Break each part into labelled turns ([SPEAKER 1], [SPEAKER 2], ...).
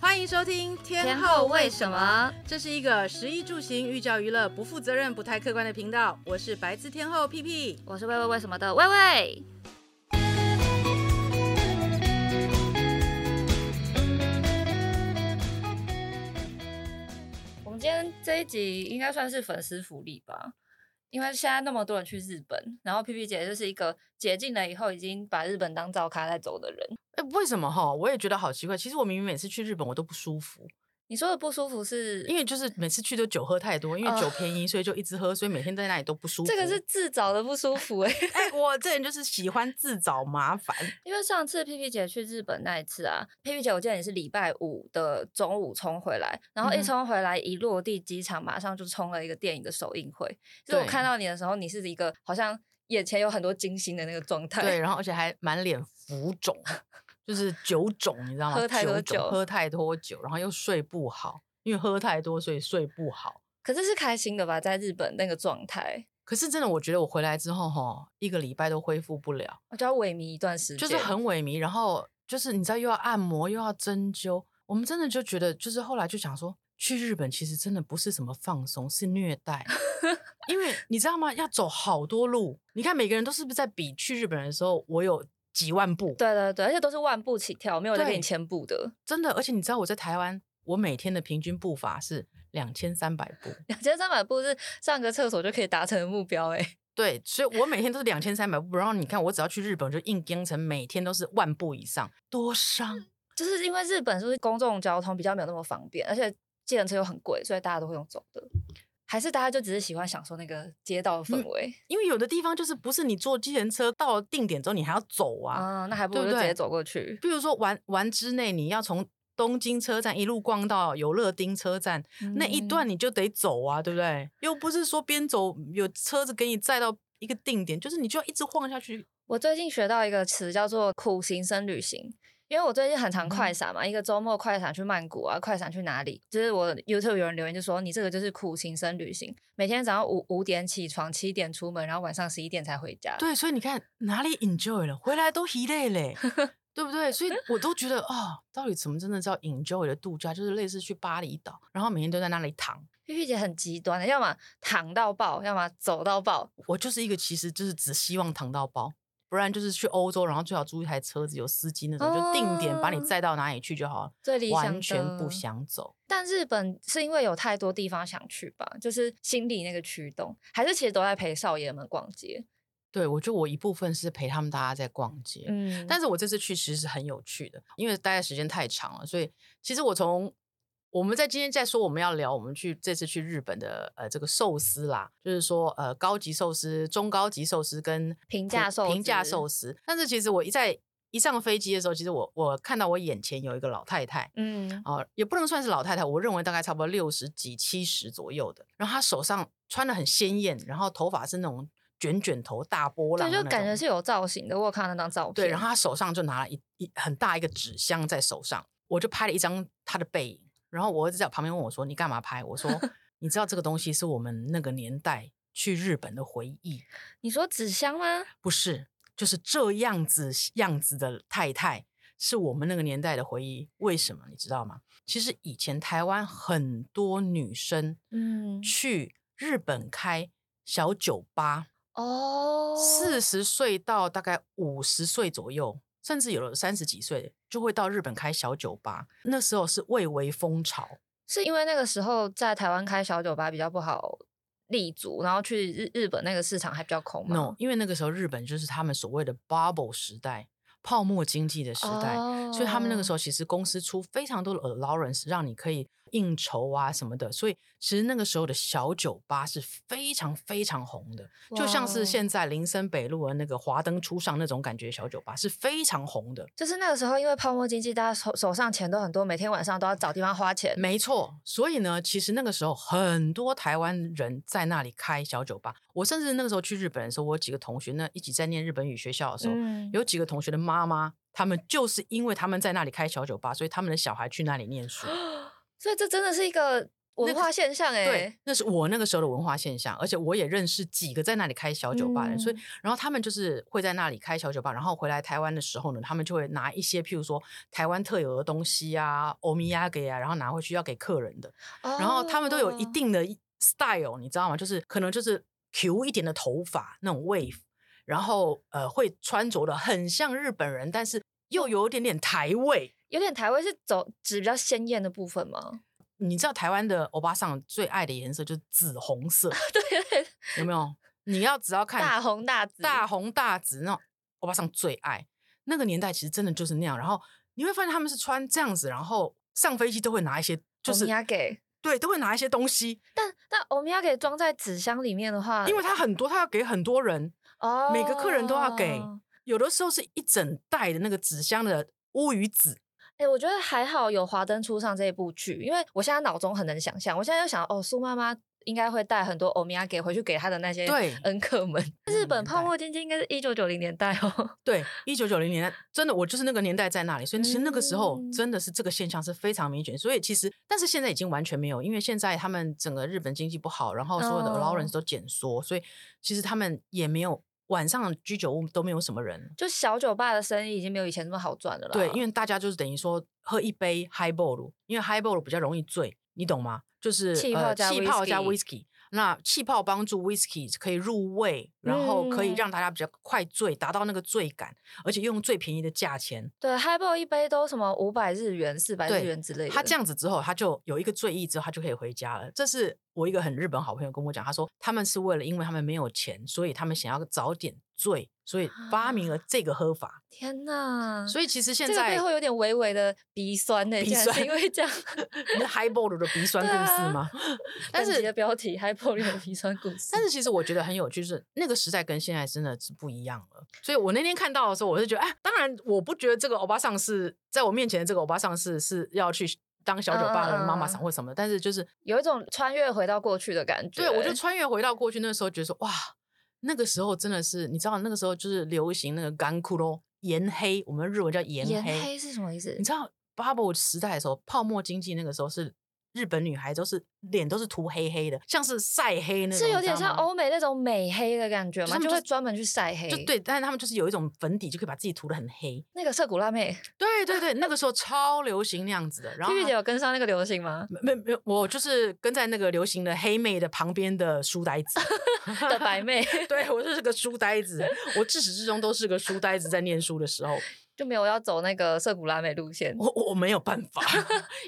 [SPEAKER 1] 欢迎收听《天后为什么》，这是一个食衣住行、寓教于乐、不负责任、不太客观的频道。我是白字天后屁屁，
[SPEAKER 2] 我是喂喂为什么的喂喂。我们今天这一集应该算是粉丝福利吧，因为现在那么多人去日本，然后屁屁姐就是一个解禁了以后已经把日本当照咖在走的人。
[SPEAKER 3] 哎、为什么哈？我也觉得好奇怪。其实我明明每次去日本我都不舒服，
[SPEAKER 2] 你说的不舒服是
[SPEAKER 3] 因为就是每次去都酒喝太多，因为
[SPEAKER 2] 哦
[SPEAKER 3] 酒便宜，所以就一直喝，所以每天在那里都不舒服。
[SPEAKER 2] 这个是自找的不舒服哎、
[SPEAKER 3] 哎、我这人就是喜欢自找麻 烦。
[SPEAKER 2] 因为上次皮皮姐去日本那一次啊，皮皮姐我记得你是礼拜五的中午冲回来，然后
[SPEAKER 3] 嗯
[SPEAKER 2] 一
[SPEAKER 3] 哼
[SPEAKER 2] 冲回来一落地机场，马上就冲了一个电影的首映会。所以我
[SPEAKER 3] 对
[SPEAKER 2] 看到你的时候，你是一个好像眼前有很多金星的那个状态。
[SPEAKER 3] 对，，然后而且还满脸浮肿，就是酒肿，你知道吗？
[SPEAKER 2] 喝太多
[SPEAKER 3] 酒
[SPEAKER 2] 酒
[SPEAKER 3] 肿，喝太多酒，然后又睡不好，因为喝太多所以睡不好。
[SPEAKER 2] 可是是开心的吧，在日本那个状态，
[SPEAKER 3] 可是真的，我觉得我回来之后哈，一个礼拜都恢复不了，
[SPEAKER 2] 我就要萎靡一段时间，
[SPEAKER 3] 就是很萎靡。然后就是你知道，又要按摩，又要针灸，我们真的就觉得，就是后来就想说，去日本其实真的不是什么放松，是虐待。因为你知道吗？要走好多路，你看每个人都是不是在比去日本的时候，我有几万步，
[SPEAKER 2] 对对对，而且都是万步起跳，没有在给
[SPEAKER 3] 对
[SPEAKER 2] 你牵步的，
[SPEAKER 3] 真的，而且你知道我在台湾，我每天的平均步伐是两千三百步，
[SPEAKER 2] 两千三百步是上个厕所就可以达成的目标哎、
[SPEAKER 3] 对，所以我每天都是两千三百步。然后你看，我只要去日本，我就硬颠成每天都是万步以上，多伤。
[SPEAKER 2] 就是因为日本是不是公众交通比较没有那么方便，而且计程车又很贵，所以大家都会用走的。还是大家就只是喜欢享受那个街道的氛
[SPEAKER 3] 嗯
[SPEAKER 2] 围
[SPEAKER 3] 因为有的地方就是不是你坐计程车到了定点之后，你还要走啊。
[SPEAKER 2] 啊、那还不
[SPEAKER 3] 对
[SPEAKER 2] 如
[SPEAKER 3] 不
[SPEAKER 2] 就直接
[SPEAKER 3] 对
[SPEAKER 2] 走过去。
[SPEAKER 3] 比如说玩玩之内，你要从东京车站一路逛到有乐町车站，那一
[SPEAKER 2] 嗯
[SPEAKER 3] 段你就得走啊，对不对？又不是说边走有车子给你载到一个定点，就是你就要一直晃下去。
[SPEAKER 2] 我最近学到一个词叫做“苦行僧旅行”，因为我最近很常
[SPEAKER 3] 嗯
[SPEAKER 2] 快闪嘛，一个周末快闪去曼谷啊，快闪去哪里？就是我 YouTube 有人留言就说你这个就是苦行僧旅行，每天早上五五点起床，七点出门，然后晚上十一点才回家。
[SPEAKER 3] 对，所以你看哪里 enjoy 了，回来都疲累 嘞，对不对？所以我都觉得哦，到底什么真的叫 enjoy 的度假，就是类似去巴厘岛，然后每天都在那里躺。
[SPEAKER 2] 玉玉姐很极端的，要么躺到爆，要么走到爆，
[SPEAKER 3] 我就是一个其实就是只希望躺到包，不然就是去欧洲，然后最好租一台车子，有司机那种，就定点把你
[SPEAKER 2] 哦
[SPEAKER 3] 载到哪里去就好了，
[SPEAKER 2] 最理想
[SPEAKER 3] 完全
[SPEAKER 2] 的
[SPEAKER 3] 不想走。
[SPEAKER 2] 但日本是因为有太多地方想去吧，就是心里那个驱动，还是其实都在陪少爷们逛街。
[SPEAKER 3] 对，我觉得我一部分是陪他们大家在逛街，
[SPEAKER 2] 嗯，
[SPEAKER 3] 但是我这次去其实是很有趣的，因为待的时间太长了，所以其实我从我们在今天在说我们要聊我们去这次去日本的呃这个寿司啦，就是说呃高级寿司、中高级寿司跟
[SPEAKER 2] 平
[SPEAKER 3] 普
[SPEAKER 2] 价寿
[SPEAKER 3] 平价
[SPEAKER 2] 司
[SPEAKER 3] 寿司。但是其实我一在一上飞机的时候，其实我我看到我眼前有一个老太太。
[SPEAKER 2] 嗯，
[SPEAKER 3] 啊、也不能算是老太太，我认为大概差不多六十几、七十左右的。然后她手上穿的很鲜艳，然后头发是那种卷卷头、大波浪
[SPEAKER 2] 对，
[SPEAKER 3] 的那
[SPEAKER 2] 就
[SPEAKER 3] 种，
[SPEAKER 2] 感觉是有造型的。我有看到那张照片，
[SPEAKER 3] 对，然后他手上就拿了一一很大一个纸箱在手上，我就拍了一张他的背影。然后我儿子在旁边问我说：“你干嘛拍？”我说：“你知道这个东西是我们那个年代去日本的回忆，
[SPEAKER 2] 你说纸箱吗？
[SPEAKER 3] 不是就是这样子样子的太太。”是我们那个年代的回忆，为什么你知道吗？其实以前台湾很多女生
[SPEAKER 2] 嗯，
[SPEAKER 3] 去日本开小酒吧，
[SPEAKER 2] 哦，
[SPEAKER 3] 四十岁到大概五十岁左右，甚至有了三十几岁，就会到日本开小酒吧。那时候是蔚为风潮，
[SPEAKER 2] 是因为那个时候在台湾开小酒吧比较不好立足，然后去日日本那个市场还比较空嘛。
[SPEAKER 3] no，因为那个时候日本就是他们所谓的 bubble 时代、泡沫经济的时代，
[SPEAKER 2] 哦
[SPEAKER 3] 所以他们那个时
[SPEAKER 2] 候
[SPEAKER 3] 候其实公司出非常多的 allowance 让你可以应酬啊什么的，所以其实那个时候的小酒吧是非常非常红的，就像
[SPEAKER 2] 哇
[SPEAKER 3] 是现在林森北路的那个华灯初上那种感觉，小酒吧是非常红的。
[SPEAKER 2] 就是那个时候，因为泡沫经济，大家手手上钱都很多，每天晚上都要找地方花钱。
[SPEAKER 3] 没错，所以呢，其实那个时候很多台湾人在那里开小酒吧。我甚至那个时候去日本的时候，我有几个同学呢一起在念日本语学校的时候，
[SPEAKER 2] 嗯
[SPEAKER 3] 有几个同学的妈妈，他们就是因为他们在那里开小酒吧，所以他们的小孩去那里念书。
[SPEAKER 2] 所以这真的是一个文化现象哎、
[SPEAKER 3] 对，那是我那个时候的文化现象，而且我也认识几个在那里开小酒吧的人，所以
[SPEAKER 2] 嗯
[SPEAKER 3] 然后他们就是会在那里开小酒吧，然后回来台湾的时候呢，他们就会拿一些譬如说台湾特有的东西啊，欧米亚给啊，然后拿回去要给客人的，然后他们都有一
[SPEAKER 2] 哦
[SPEAKER 3] 定的 style，你知道吗？就是可能就是 Q 一点的头发那种 wave，然后呃会穿着的很像日本人，但是又有一点点台味。
[SPEAKER 2] 有点台味是走指比较鲜艳的部分吗？
[SPEAKER 3] 你知道台湾的欧巴桑最爱的颜色就是紫红色，
[SPEAKER 2] 啊 对，
[SPEAKER 3] 有没有？你要只要看
[SPEAKER 2] 大红大紫，
[SPEAKER 3] 大红大紫那种欧巴桑最爱。那个年代其实真的就是那样，然后你会发现他们是穿这样子，然后上飞机都会拿一些，就是
[SPEAKER 2] 给。
[SPEAKER 3] 对，都会拿一些东西，
[SPEAKER 2] 但但欧米亚给装在纸箱里面的话，
[SPEAKER 3] 因为他很多，他要给很多人，
[SPEAKER 2] 哦，
[SPEAKER 3] 每个客人都要给有的时候是一整袋的那个纸箱的乌鱼子，
[SPEAKER 2] 哎、我觉得还好有《华灯初上》这一部剧，因为我现在脑中很能想象，我现在就想，哦，苏妈妈应该会带很多欧米亚给回去给她的那些
[SPEAKER 3] 对嗯
[SPEAKER 2] 恩客们。日本泡
[SPEAKER 3] 代
[SPEAKER 2] 沫经济应该是一九九零年代哦，
[SPEAKER 3] 对，一九九零年代，真的我就是那个年代在那里，所以其实那个时候
[SPEAKER 2] 嗯
[SPEAKER 3] 真的是这个现象是非常明显。所以其实，但是现在已经完全没有，因为现在他们整个日本经济不好，然后所有的
[SPEAKER 2] 哦
[SPEAKER 3] allowance 都减缩，所以其实他们也没有晚上居酒屋都没有什么人。
[SPEAKER 2] 就小酒吧的生意已经没有以前那么好赚了啦。
[SPEAKER 3] 对，因
[SPEAKER 2] 为
[SPEAKER 3] 为大家就是等于说喝一杯 highball，因为 highball 比较容易醉，你懂吗？就是
[SPEAKER 2] 气
[SPEAKER 3] 呃
[SPEAKER 2] 泡加
[SPEAKER 3] 气泡加
[SPEAKER 2] whisky
[SPEAKER 3] whisky，那气泡帮助 whisky 可以入味，然后可以
[SPEAKER 2] 嗯
[SPEAKER 3] 让大家比较快醉，达到那个醉感，而且用最便宜的价钱。
[SPEAKER 2] 对 highball 一杯都什么五百日元、四百
[SPEAKER 3] 对
[SPEAKER 2] 日元之类的。
[SPEAKER 3] 他这样子之后，他就有一个醉意之后，他就可以回家了。这是我一个很日本好朋友跟我讲，他说他们是为了因为他们没有钱，所以他们想要早点醉，所以发明了这个喝法。
[SPEAKER 2] 天呐！
[SPEAKER 3] 所以其实现
[SPEAKER 2] 啊这个
[SPEAKER 3] 在
[SPEAKER 2] 背后有点微微的鼻酸呢、
[SPEAKER 3] 鼻
[SPEAKER 2] 竟然是
[SPEAKER 3] 酸
[SPEAKER 2] 因为这样。
[SPEAKER 3] 你是 highball 的鼻酸故
[SPEAKER 2] 对啊
[SPEAKER 3] 事 吗？ 但
[SPEAKER 2] 本集
[SPEAKER 3] 是
[SPEAKER 2] 的标题还破了鼻酸故事，
[SPEAKER 3] 但是其实我觉得很有趣，就是那个时代跟现在真的是不一样了。所以我那天看到的时候，我就觉得，哎，当然我不觉得这个欧巴桑是在我面前的这个欧巴桑是是要去当
[SPEAKER 2] 嗯
[SPEAKER 3] 小酒吧的妈妈桑或什么的，但是就是
[SPEAKER 2] 有一种穿越回到过去的感觉。
[SPEAKER 3] 对我就穿越回到过去那时候，觉得说哇，那个时候真的是，你知道那个时候就是流行那个干骷髅盐黑，我们日文叫盐
[SPEAKER 2] 眼
[SPEAKER 3] 黑，
[SPEAKER 2] 黑是什么意思
[SPEAKER 3] 你？知道 bubble 时代的时候，泡沫经济那个时候是。日本女孩都是脸都是涂黑黑的，像是晒黑那种，
[SPEAKER 2] 是有
[SPEAKER 3] 你知
[SPEAKER 2] 点
[SPEAKER 3] 道
[SPEAKER 2] 像
[SPEAKER 3] 吗
[SPEAKER 2] 欧美那种美黑的感觉
[SPEAKER 3] 就
[SPEAKER 2] 吗？
[SPEAKER 3] 他们
[SPEAKER 2] 就
[SPEAKER 3] 就
[SPEAKER 2] 会
[SPEAKER 3] 是
[SPEAKER 2] 专门去晒黑。
[SPEAKER 3] 就，对，但是他们就是有一种粉底就可以把自己涂的很黑。
[SPEAKER 2] 那个涩谷辣妹，
[SPEAKER 3] 对对 对，那个时候超流行那样子的。然后
[SPEAKER 2] 玉玉姐
[SPEAKER 3] 他
[SPEAKER 2] 有跟上那个流行 吗？
[SPEAKER 3] 没没没有，我就是跟在那个流行的黑妹的旁边的书呆 子
[SPEAKER 2] 的白妹
[SPEAKER 3] 对我就是个书呆子，我自始至终都是个书呆子。在念书的时候，
[SPEAKER 2] 就没有要走那个涩谷辣妹路线。
[SPEAKER 3] 我我没有办 法，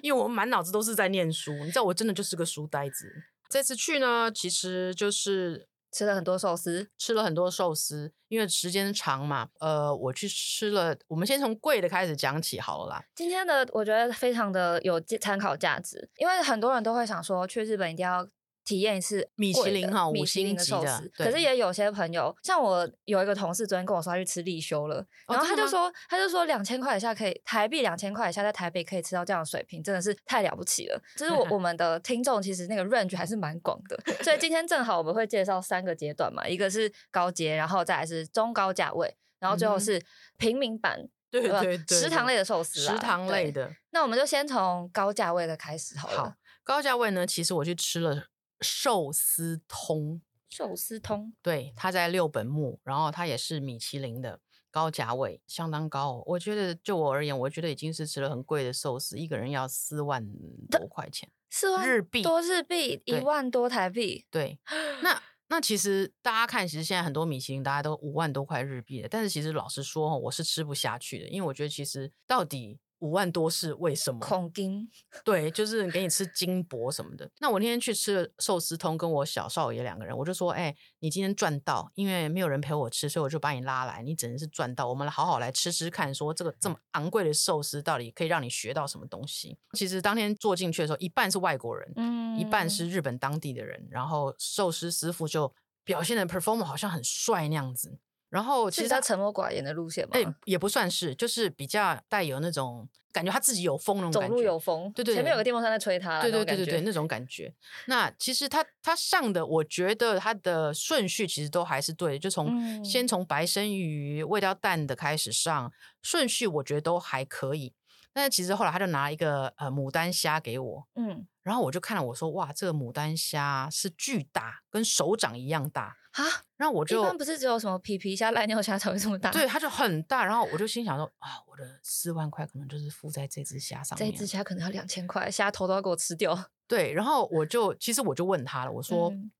[SPEAKER 3] 因为我满脑子都是在念书。你知道，我真的就是个书呆子。这次去呢，其实就是
[SPEAKER 2] 吃了很多寿司，
[SPEAKER 3] 吃了很多寿司，因为时间长嘛。呃，我去吃了，我们先从贵的开始讲起好了啦。
[SPEAKER 2] 今天的我觉得非常的有参考价值，因为很多人都会想说去日本一定要体验一次
[SPEAKER 3] 米其
[SPEAKER 2] 贵
[SPEAKER 3] 林
[SPEAKER 2] 的
[SPEAKER 3] 哈
[SPEAKER 2] 米
[SPEAKER 3] 五
[SPEAKER 2] 其林
[SPEAKER 3] 星
[SPEAKER 2] 的
[SPEAKER 3] 级
[SPEAKER 2] 寿
[SPEAKER 3] 的
[SPEAKER 2] 司。
[SPEAKER 3] 对
[SPEAKER 2] 可是也有些朋友，像我有一个同事昨天跟我说他去吃立休了，
[SPEAKER 3] 哦
[SPEAKER 2] 然后他
[SPEAKER 3] 真的
[SPEAKER 2] 就
[SPEAKER 3] 吗
[SPEAKER 2] 说他就说两千块以下可以台币两千块以下在台北可以吃到这样的水平，真的是太了不起了。就 是我我们的听众其实那个 range 还是蛮广的，所以今天正好我们会介绍三个阶段嘛，一个是高阶，然后再来是中高价位，然后最
[SPEAKER 3] 嗯
[SPEAKER 2] 后
[SPEAKER 3] 哼
[SPEAKER 2] 是平民版。
[SPEAKER 3] 对
[SPEAKER 2] 呃
[SPEAKER 3] 对对
[SPEAKER 2] 食堂
[SPEAKER 3] 对
[SPEAKER 2] 类的寿司啦，
[SPEAKER 3] 食堂类
[SPEAKER 2] 对
[SPEAKER 3] 的。
[SPEAKER 2] 那我们就先从高价位的开始好了。
[SPEAKER 3] 好，高价位呢，其实我去吃了寿司通，
[SPEAKER 2] 寿司通
[SPEAKER 3] 对，它在六本木，然后它也是米其林的高价位，相当高哦。我觉得就我而言，我觉得已经是吃了很贵的寿司，一个人要四万多块钱。
[SPEAKER 2] 四万
[SPEAKER 3] 日币
[SPEAKER 2] 多日币一
[SPEAKER 3] 对
[SPEAKER 2] 万多台币，
[SPEAKER 3] 对， 那那其实大家看，其实现在很多米其林大家都五万多块日币的，但是其实老实说哦，我是吃不下去的，因为我觉得其实到底五万多是为什么？
[SPEAKER 2] 恐金
[SPEAKER 3] 对，就是给你吃金箔什么的。那我那天去吃了寿司通，跟我小少爷两个人，我就说：“哎、你今天赚到，因为没有人陪我吃，所以我就把你拉来，你只能是赚到。我们好好来吃吃看，说这个这么昂贵的寿司到底可以让你学到什么东西。”其实当天坐进去的时候，一半是外国人，
[SPEAKER 2] 嗯
[SPEAKER 3] 一半是日本当地的人，然后寿司师傅就表现的 perform 好像很帅那样子。然后其
[SPEAKER 2] 是
[SPEAKER 3] 实
[SPEAKER 2] 他
[SPEAKER 3] 他
[SPEAKER 2] 沉默寡言的路线嘛，
[SPEAKER 3] 哎、也不算是，就是比较带有那种感觉，他自己有风那种
[SPEAKER 2] 走
[SPEAKER 3] 感
[SPEAKER 2] 路
[SPEAKER 3] 觉
[SPEAKER 2] 有风，
[SPEAKER 3] 对对
[SPEAKER 2] 前面有个电风扇在吹他啦，
[SPEAKER 3] 对
[SPEAKER 2] 那
[SPEAKER 3] 对
[SPEAKER 2] 种
[SPEAKER 3] 对对对，
[SPEAKER 2] 感觉
[SPEAKER 3] 那种感觉。那其实他他上的，我觉得他的顺序其实都还是对的，就从、
[SPEAKER 2] 嗯
[SPEAKER 3] 先从白生鱼味道淡的开始上，顺序我觉得都还可以。但是其实后来他就拿一个呃牡丹虾给我，
[SPEAKER 2] 嗯，
[SPEAKER 3] 然后我就看了，我说哇，这个牡丹虾是巨大，跟手掌一样大。
[SPEAKER 2] 啊，
[SPEAKER 3] 然后我
[SPEAKER 2] 一
[SPEAKER 3] 就
[SPEAKER 2] 般不是只有什么皮皮虾、赖尿虾才会这么大？
[SPEAKER 3] 对，，它就很大。然后我就心想说啊，我的四万块可能就是付在这只虾上
[SPEAKER 2] 这一
[SPEAKER 3] 面。啊
[SPEAKER 2] 只虾可能要两千块，虾头都要给我吃掉。
[SPEAKER 3] 对，然后我就其实我就问他了，我说、
[SPEAKER 2] 嗯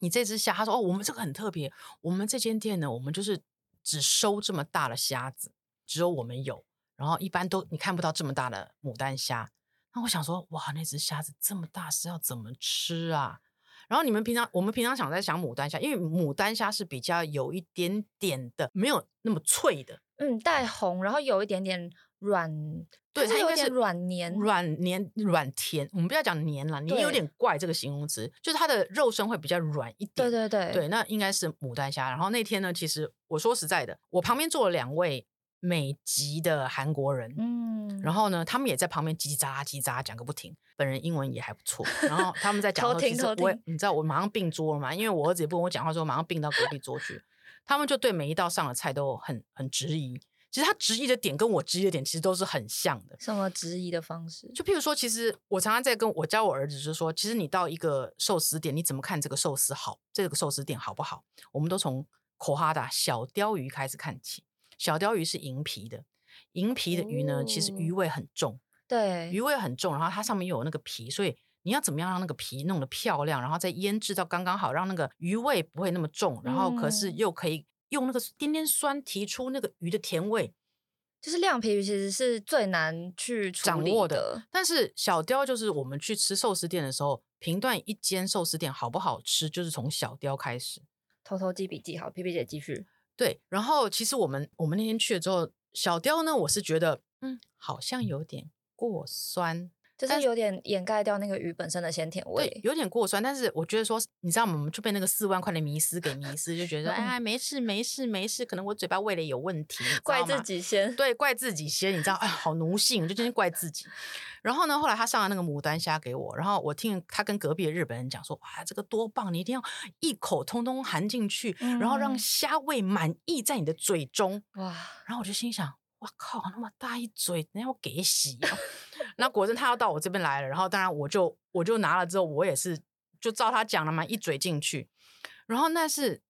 [SPEAKER 3] 你这只虾，他说哦，我们这个很特别，我们这间店呢，我们就是只收这么大的虾子，只有我们有，然后一般都你看不到这么大的牡丹虾。那我想说，哇，那只虾子这么大是要怎么吃啊？然后你们平常我们平常想在想牡丹虾，因为牡丹虾是比较有一点点的，没有那么脆的，
[SPEAKER 2] 嗯，带红，然后有一点点软，
[SPEAKER 3] 对，它
[SPEAKER 2] 它是
[SPEAKER 3] 应
[SPEAKER 2] 有
[SPEAKER 3] 该
[SPEAKER 2] 点
[SPEAKER 3] 是
[SPEAKER 2] 软黏，
[SPEAKER 3] 软黏、软甜。我们不要讲黏了，黏有
[SPEAKER 2] 对
[SPEAKER 3] 点怪这个形容词，就是它的肉身会比较软一点
[SPEAKER 2] 对。对对
[SPEAKER 3] 对，那应该是牡丹虾。然后那天呢，其实我说实在的，我旁边坐了两位美籍的韩国人，
[SPEAKER 2] 嗯，
[SPEAKER 3] 然后呢，他们也在旁边叽叽喳喳、叽叽喳喳讲个不停。本人英文也还不错，然后他们在讲
[SPEAKER 2] 偷
[SPEAKER 3] 的时候，
[SPEAKER 2] 听
[SPEAKER 3] 其实
[SPEAKER 2] 偷
[SPEAKER 3] 我也
[SPEAKER 2] 听
[SPEAKER 3] 你知道我马上并桌了嘛，因为我儿子也不跟我讲话，说马上并到隔壁桌去。他们就对每一道上的菜都很很质疑。其实他质疑的点跟我质疑的点其实都是很像的，
[SPEAKER 2] 什么质疑的方式？
[SPEAKER 3] 就譬如说，其实我常常在跟我教我儿子，就是说，其实你到一个寿司店，你怎么看这个寿司好，这个寿司店好不好？我们都从口哈达小鲷鱼开始看起。小鲷鱼是银皮的，银皮的鱼呢，其实鱼
[SPEAKER 2] 哦
[SPEAKER 3] 味很重，
[SPEAKER 2] 对，
[SPEAKER 3] 鱼味很重，然后它上面又有那个皮，所以你要怎么样让那个皮弄得漂亮，然后再腌制到刚刚好，让那个鱼味不会那么重，然后可是
[SPEAKER 2] 嗯
[SPEAKER 3] 又可以用那个点点酸提出那个鱼的甜味。
[SPEAKER 2] 就是亮皮鱼其实是最难去处
[SPEAKER 3] 掌
[SPEAKER 2] 理
[SPEAKER 3] 握
[SPEAKER 2] 的。
[SPEAKER 3] 但是小雕就是我们去吃寿司店的时候，评断一间寿司店好不好吃，就是从小雕开始。
[SPEAKER 2] 偷偷记笔记，好，皮皮姐继续。
[SPEAKER 3] 对，然后其实我们我们那天去了之后，小雕呢，我是觉得嗯，好像有点过酸，
[SPEAKER 2] 就
[SPEAKER 3] 但
[SPEAKER 2] 是有点掩盖掉那个鱼本身的鲜甜
[SPEAKER 3] 对
[SPEAKER 2] 味，。
[SPEAKER 3] 有点过酸。但是我觉得说，你知道吗，我们就被那个四万块的迷思给迷失，就觉得
[SPEAKER 2] 嗯
[SPEAKER 3] 哎，没事没事没事，可能我嘴巴味蕾有问题，你知
[SPEAKER 2] 怪
[SPEAKER 3] 道
[SPEAKER 2] 自
[SPEAKER 3] 吗
[SPEAKER 2] 己先。
[SPEAKER 3] 对，怪自己先，你知道，哎，好奴性，就真是怪自己。然后呢，后来他上了那个牡丹虾给我，然后我听他跟隔壁的日本人讲说，哇，这个多棒，你一定要一口通通含进去，然后让
[SPEAKER 2] 嗯
[SPEAKER 3] 虾味满溢在你的嘴中。
[SPEAKER 2] 哇，
[SPEAKER 3] 然后我就心想，哇靠，那么大一嘴，人家要给洗啊。那果真他要到我这边来了，然后当然我就我就拿了之后，我也是就照他讲的嘛，一嘴进去，然后那是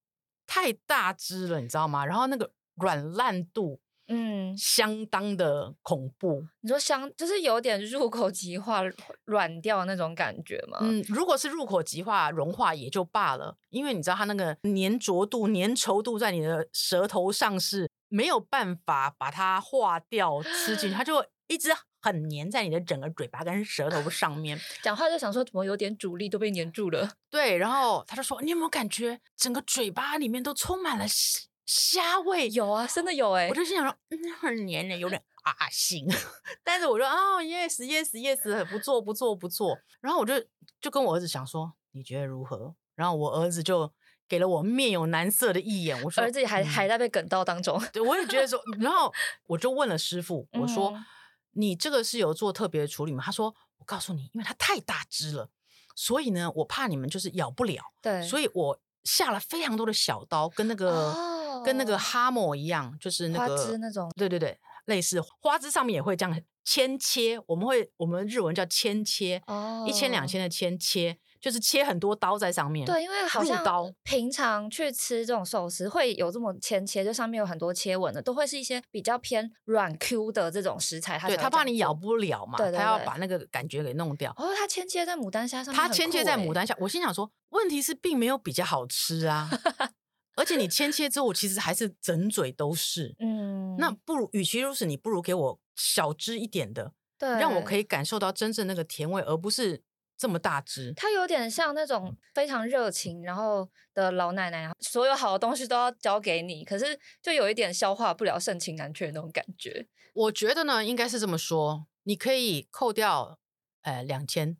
[SPEAKER 3] 太大只了，你知道吗？然后那个软烂度。
[SPEAKER 2] 嗯，
[SPEAKER 3] 相当的恐怖。
[SPEAKER 2] 你说香就是有点入口即化、软掉那种感觉吗？
[SPEAKER 3] 嗯，如果是入口即化、融化也就罢了，因为你知道它那个粘着度、粘稠度在你的舌头上是没有办法把它化掉吃进去，它就一直很粘在你的整个嘴巴跟舌头上面。
[SPEAKER 2] 讲话就想说怎么有点阻力都被粘住了，
[SPEAKER 3] 对，然后他就说：“你有没有感觉整个嘴巴里面都充满了虾虾味？”
[SPEAKER 2] 有啊，真的有哎、
[SPEAKER 3] 我就心想说，嗯，很黏的，有 点恶心。 但是我就哦，yes yes yes，不错不错不错。然后我就就跟我儿子想说，你觉得如何？然后我儿子就给了我面有难色的一眼，我说
[SPEAKER 2] 儿子还、
[SPEAKER 3] 嗯
[SPEAKER 2] 还在被梗到当中，
[SPEAKER 3] 对，我也觉得说，然后我就问了师傅，我说、
[SPEAKER 2] 嗯
[SPEAKER 3] 你这个是有做特别的处理吗？他说我告诉你，因为它太大只了，所以呢，我怕你们就是咬不了，
[SPEAKER 2] 对，
[SPEAKER 3] 所
[SPEAKER 2] 以
[SPEAKER 3] 以我下了非常多的小刀，跟那个、跟那个
[SPEAKER 2] 哦
[SPEAKER 3] 哈姆一样，就是那
[SPEAKER 2] 花
[SPEAKER 3] 个
[SPEAKER 2] 枝那种
[SPEAKER 3] 对对对，类似花枝上面也会这样千切，我们会我们日文叫千切，
[SPEAKER 2] 哦
[SPEAKER 3] 一千两千的千切，就是切很多刀在上面。
[SPEAKER 2] 对，因为好
[SPEAKER 3] 入
[SPEAKER 2] 像
[SPEAKER 3] 刀
[SPEAKER 2] 平常去吃这种寿司，会有这么前切，就上面有很多切纹的，都会是一些比较偏软 Q 的这种食材。它
[SPEAKER 3] 对，
[SPEAKER 2] 才
[SPEAKER 3] 他
[SPEAKER 2] 会这
[SPEAKER 3] 怕
[SPEAKER 2] 样
[SPEAKER 3] 你咬
[SPEAKER 2] 做。
[SPEAKER 3] 不了嘛，
[SPEAKER 2] 对对
[SPEAKER 3] 他要
[SPEAKER 2] 对
[SPEAKER 3] 把那个感觉给弄掉。
[SPEAKER 2] 哦，它前切在牡丹虾上面
[SPEAKER 3] 他
[SPEAKER 2] 很酷欸，
[SPEAKER 3] 千切在牡丹下，我心想说，问题是并没有比较好吃 啊，而且你千切之后，其实还是整嘴都是。
[SPEAKER 2] 嗯，
[SPEAKER 3] 那不如，与其如此，你不如给我小只一点的，
[SPEAKER 2] 对，
[SPEAKER 3] 让我可
[SPEAKER 2] 以。
[SPEAKER 3] 以感受到真正那个甜味，而不是这么大只。
[SPEAKER 2] 它有点像那种非常热情，然后的老奶奶，所有好的东西都要交给你，可是就有一点消化不了、盛情难却的那种感觉。
[SPEAKER 3] 我觉得呢，应该是这么说，你可以扣掉呃两千，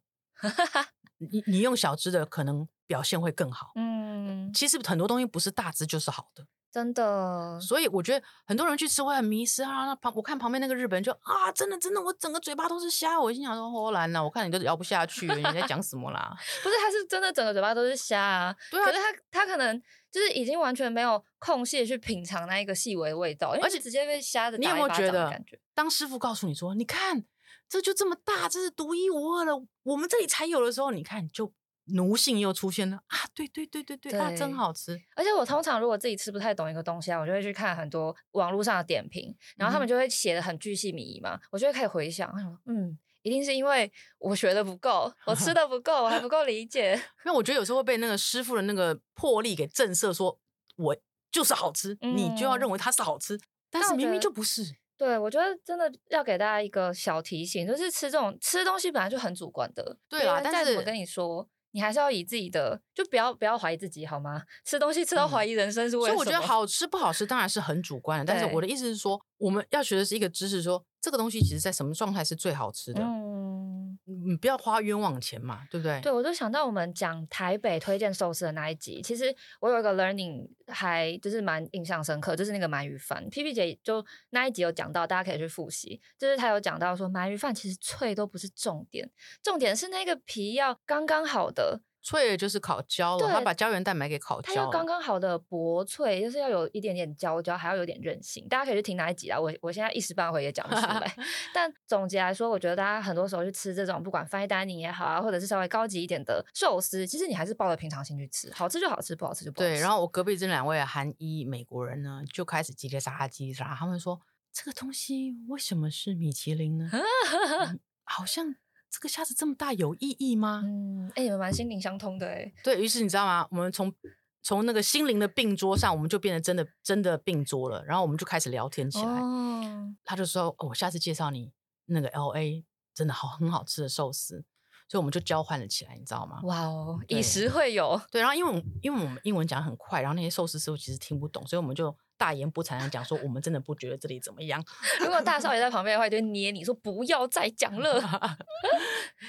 [SPEAKER 3] 你你用小只的可能表现会更好。
[SPEAKER 2] 嗯，
[SPEAKER 3] 其实很多东西不是大只就是好的，
[SPEAKER 2] 真的，
[SPEAKER 3] 所以我觉得很多人去吃会很迷失啊。那旁我看旁边那个日本人就啊，真的真的，我整个嘴巴都是虾，我心想说，荷兰呐、我看你都咬不下去，你在讲什么啦？
[SPEAKER 2] 不是，它是真的整个嘴巴都是虾啊。
[SPEAKER 3] 对啊
[SPEAKER 2] 可是它它可能就是已经完全没有空隙去品尝那一个细微的味道，因为
[SPEAKER 3] 而且
[SPEAKER 2] 直接被瞎的
[SPEAKER 3] 你有没有觉得
[SPEAKER 2] 感觉？
[SPEAKER 3] 当师傅告诉你说，你看这就这么大，这是独一无二的，我们这里才有的时候，你看就奴性又出现了啊！对对对对对啊，真
[SPEAKER 2] 对
[SPEAKER 3] 好吃。
[SPEAKER 2] 而且我通常如果自己吃不太懂一个东西啊，我就会去看很多网络上的点评，然后他们
[SPEAKER 3] 嗯
[SPEAKER 2] 就会写的很巨细靡遗嘛，我就会开始回想，我想说嗯，一定是因为我学的不够，我吃的不够，我还不够理解。
[SPEAKER 3] 因为我觉得有时候会被那个师傅的那个魄力给震慑，说我就是好吃，你就要认
[SPEAKER 2] 嗯
[SPEAKER 3] 为它是好吃，但
[SPEAKER 2] 但
[SPEAKER 3] 是
[SPEAKER 2] 我
[SPEAKER 3] 明
[SPEAKER 2] 觉
[SPEAKER 3] 明就
[SPEAKER 2] 得
[SPEAKER 3] 不是。
[SPEAKER 2] 对，我觉得真的要给大家一个小提醒，就是吃这种吃东西本来就很主观的，
[SPEAKER 3] 对
[SPEAKER 2] 别
[SPEAKER 3] 啦
[SPEAKER 2] 人
[SPEAKER 3] 但
[SPEAKER 2] 再怎么
[SPEAKER 3] 是
[SPEAKER 2] 跟你说，你还是要以自己的，就不要不要怀疑自己好吗？ 吃东西吃到怀疑人生是为
[SPEAKER 3] 嗯所以
[SPEAKER 2] 了
[SPEAKER 3] 我觉
[SPEAKER 2] 什
[SPEAKER 3] 得
[SPEAKER 2] 么，
[SPEAKER 3] 好吃不好吃当然是很主观的，但是我的意思是说，我们要学的是一个知识说这个东西其实在什么状态是最好吃的，
[SPEAKER 2] 嗯。
[SPEAKER 3] 你不要花冤枉钱嘛，对不对？
[SPEAKER 2] 对，我就想到我们讲台北推荐寿司的那一集，其实我有一个 learning 还就是蛮印象深刻，就是那个鳗鱼饭。P P 姐就那一集有讲到，大家可以去复习，就是她有讲到说鳗鱼饭其实脆都不是重点，重点是那个皮要刚刚好的，
[SPEAKER 3] 脆的就是烤焦了，他
[SPEAKER 2] 对
[SPEAKER 3] 把胶原蛋白给烤
[SPEAKER 2] 它
[SPEAKER 3] 焦
[SPEAKER 2] 要
[SPEAKER 3] 了。
[SPEAKER 2] 刚刚好的薄脆，就是要有一点点焦焦，还要有点韧性。大家可以去听哪一集啊？我我现在一时半会也讲不出来。 但总结来说，我觉得大家很多时候去吃这种不管 fine dining 也好啊，或者是稍微高级一点的寿司，其实你还是抱着平常心去吃，好吃就好吃，不好吃就不好吃。
[SPEAKER 3] 对，然后我隔壁这两位韩裔美国人呢，就开始叽里喳啦叽里喳啦，他们说这个东西为什么是米其林呢？嗯好像这个虾子这么大有意义吗？
[SPEAKER 2] 嗯，哎、你们蛮心灵相通的哎、
[SPEAKER 3] 对于是，你知道吗？我们从从那个心灵的病桌上，我们就变得真的真的病桌了，然后我们就开始聊天起来。
[SPEAKER 2] 哦，
[SPEAKER 3] 他就说、哦我下次介绍你那个 L A 真的好很好吃的寿司，所以我们就交换了起来，你知道吗？
[SPEAKER 2] 哇哦，
[SPEAKER 3] 对
[SPEAKER 2] 以食会友，
[SPEAKER 3] 对，然后因为我们因为我们英文讲得很快，然后那些寿司师傅其实听不懂，所以我们就大言不惭的讲说，我们真的不觉得这里怎么样。
[SPEAKER 2] 如果大少爷在旁边的话，就会捏你说不要再讲 了。那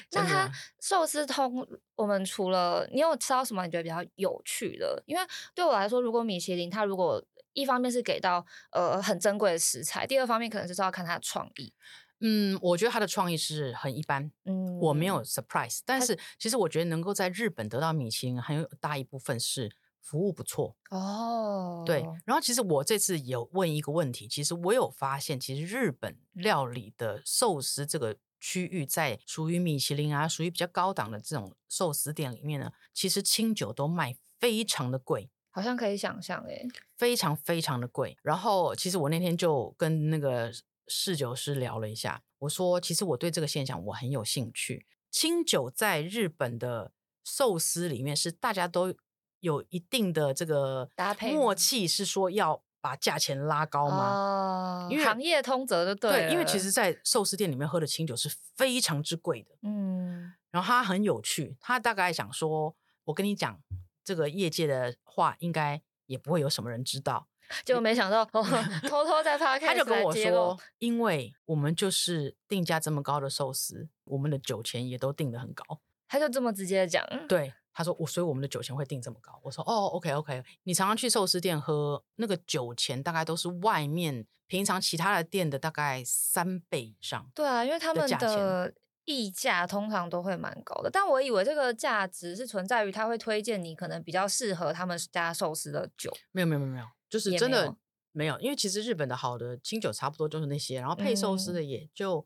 [SPEAKER 3] 真的啊
[SPEAKER 2] 它寿司通，我们除了你有吃到什么你觉得比较有趣的？因为对我来说，如果米其林它如果一方面是给到呃很珍贵的食材，第二方面可能就是要看它的创意。
[SPEAKER 3] 嗯，我觉得他的创意是很一般，
[SPEAKER 2] 嗯，
[SPEAKER 3] 我没有 surprise，但是其实我觉得能够在日本得到米其林，很有大一部分是服务不错。
[SPEAKER 2] 哦，
[SPEAKER 3] 对，然后其实我这次有问一个问题，其实我有发现，其实日本料理的寿司这个区域，在属于米其林啊，属于比较高档的这种寿司店里面呢，其实清酒都卖非常的贵。
[SPEAKER 2] 好像可以想象诶、
[SPEAKER 3] 非常非常的贵。然后其实我那天就跟那个侍酒师聊了一下，我说其实我对这个现象我很有兴趣。清酒在日本的寿司里面是大家都有一定的这个
[SPEAKER 2] 搭配
[SPEAKER 3] 默
[SPEAKER 2] 吗
[SPEAKER 3] 契，是说要把价钱拉高吗？
[SPEAKER 2] 哦，
[SPEAKER 3] 因为
[SPEAKER 2] 行业通则就对
[SPEAKER 3] 对，因为其
[SPEAKER 2] 了
[SPEAKER 3] 实，在寿司店里面喝的清酒是非常之贵的。
[SPEAKER 2] 嗯，
[SPEAKER 3] 然后他很有趣，他大概想说，我跟你讲，这个业界的话，应该也不会有什么人知道。
[SPEAKER 2] 就没想到、 哦、偷偷在 p o d
[SPEAKER 3] 他就跟我说，因为我们就是定价这么高的寿司，我们的酒钱也都定得很高。
[SPEAKER 2] 他就这么直接地讲，嗯
[SPEAKER 3] 对，他说我，所以我们的酒钱会定这么高。我说哦，OK OK，你常常去寿司店喝那个酒钱，大概都是外面平常其他的店的大概三倍以上。
[SPEAKER 2] 对啊，因为他
[SPEAKER 3] 的
[SPEAKER 2] 们
[SPEAKER 3] 价钱
[SPEAKER 2] 的溢价通常都会蛮高的，但我以为这个价值是存在于他会推荐你可能比较适合他们家寿司的酒，
[SPEAKER 3] 没有没有没有没有，就是
[SPEAKER 2] 也
[SPEAKER 3] 真
[SPEAKER 2] 没
[SPEAKER 3] 的
[SPEAKER 2] 有
[SPEAKER 3] 没有，因为其实日本的好的清酒差不多就是那些，然后配寿司的也就、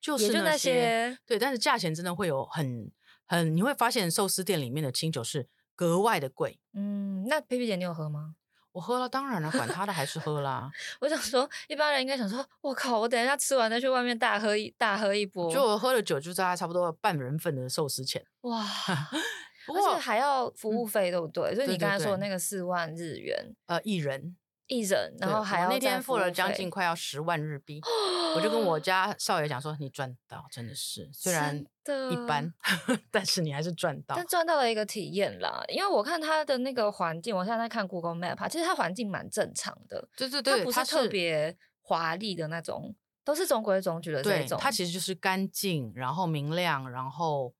[SPEAKER 3] 就是
[SPEAKER 2] 嗯也就
[SPEAKER 3] 那
[SPEAKER 2] 那些
[SPEAKER 3] 对，但是价钱真的会有很很，你会发现寿司店里面的清酒是格外的贵。
[SPEAKER 2] 嗯，那皮皮姐你有喝吗？
[SPEAKER 3] 我喝了，当然了，管他的，还是喝啦。
[SPEAKER 2] 我想说，一般人应该想说，我靠，我等一下吃完再去外面大喝一大喝一波，
[SPEAKER 3] 就我喝了酒，就大概差不多半人份的寿司钱。
[SPEAKER 2] 哇，
[SPEAKER 3] 不
[SPEAKER 2] 而
[SPEAKER 3] 过嗯
[SPEAKER 2] 且还要服务费，对不对？所以
[SPEAKER 3] 对
[SPEAKER 2] 你刚
[SPEAKER 3] 对
[SPEAKER 2] 才说的
[SPEAKER 3] 对
[SPEAKER 2] 那个四万日元
[SPEAKER 3] 呃，一人，
[SPEAKER 2] 一人，然
[SPEAKER 3] 对
[SPEAKER 2] 后还
[SPEAKER 3] 我
[SPEAKER 2] 要
[SPEAKER 3] 那
[SPEAKER 2] 再
[SPEAKER 3] 天
[SPEAKER 2] 服
[SPEAKER 3] 付了
[SPEAKER 2] 务
[SPEAKER 3] 将
[SPEAKER 2] 费
[SPEAKER 3] 近快要十万日币，我就跟 我家少爷讲说，你赚到，真的是，虽然
[SPEAKER 2] 真
[SPEAKER 3] 一
[SPEAKER 2] 的
[SPEAKER 3] 般， 但是你还是赚到
[SPEAKER 2] 但。赚到了一个体验啦，因为我看它的那个环境，我现在在看 Google Map，啊其实它环境蛮正常的，
[SPEAKER 3] 对对
[SPEAKER 2] 它不是特。别华丽的那种，都是中规中矩的这
[SPEAKER 3] 对，
[SPEAKER 2] 种。
[SPEAKER 3] 它其实就是干净，然后明亮，然后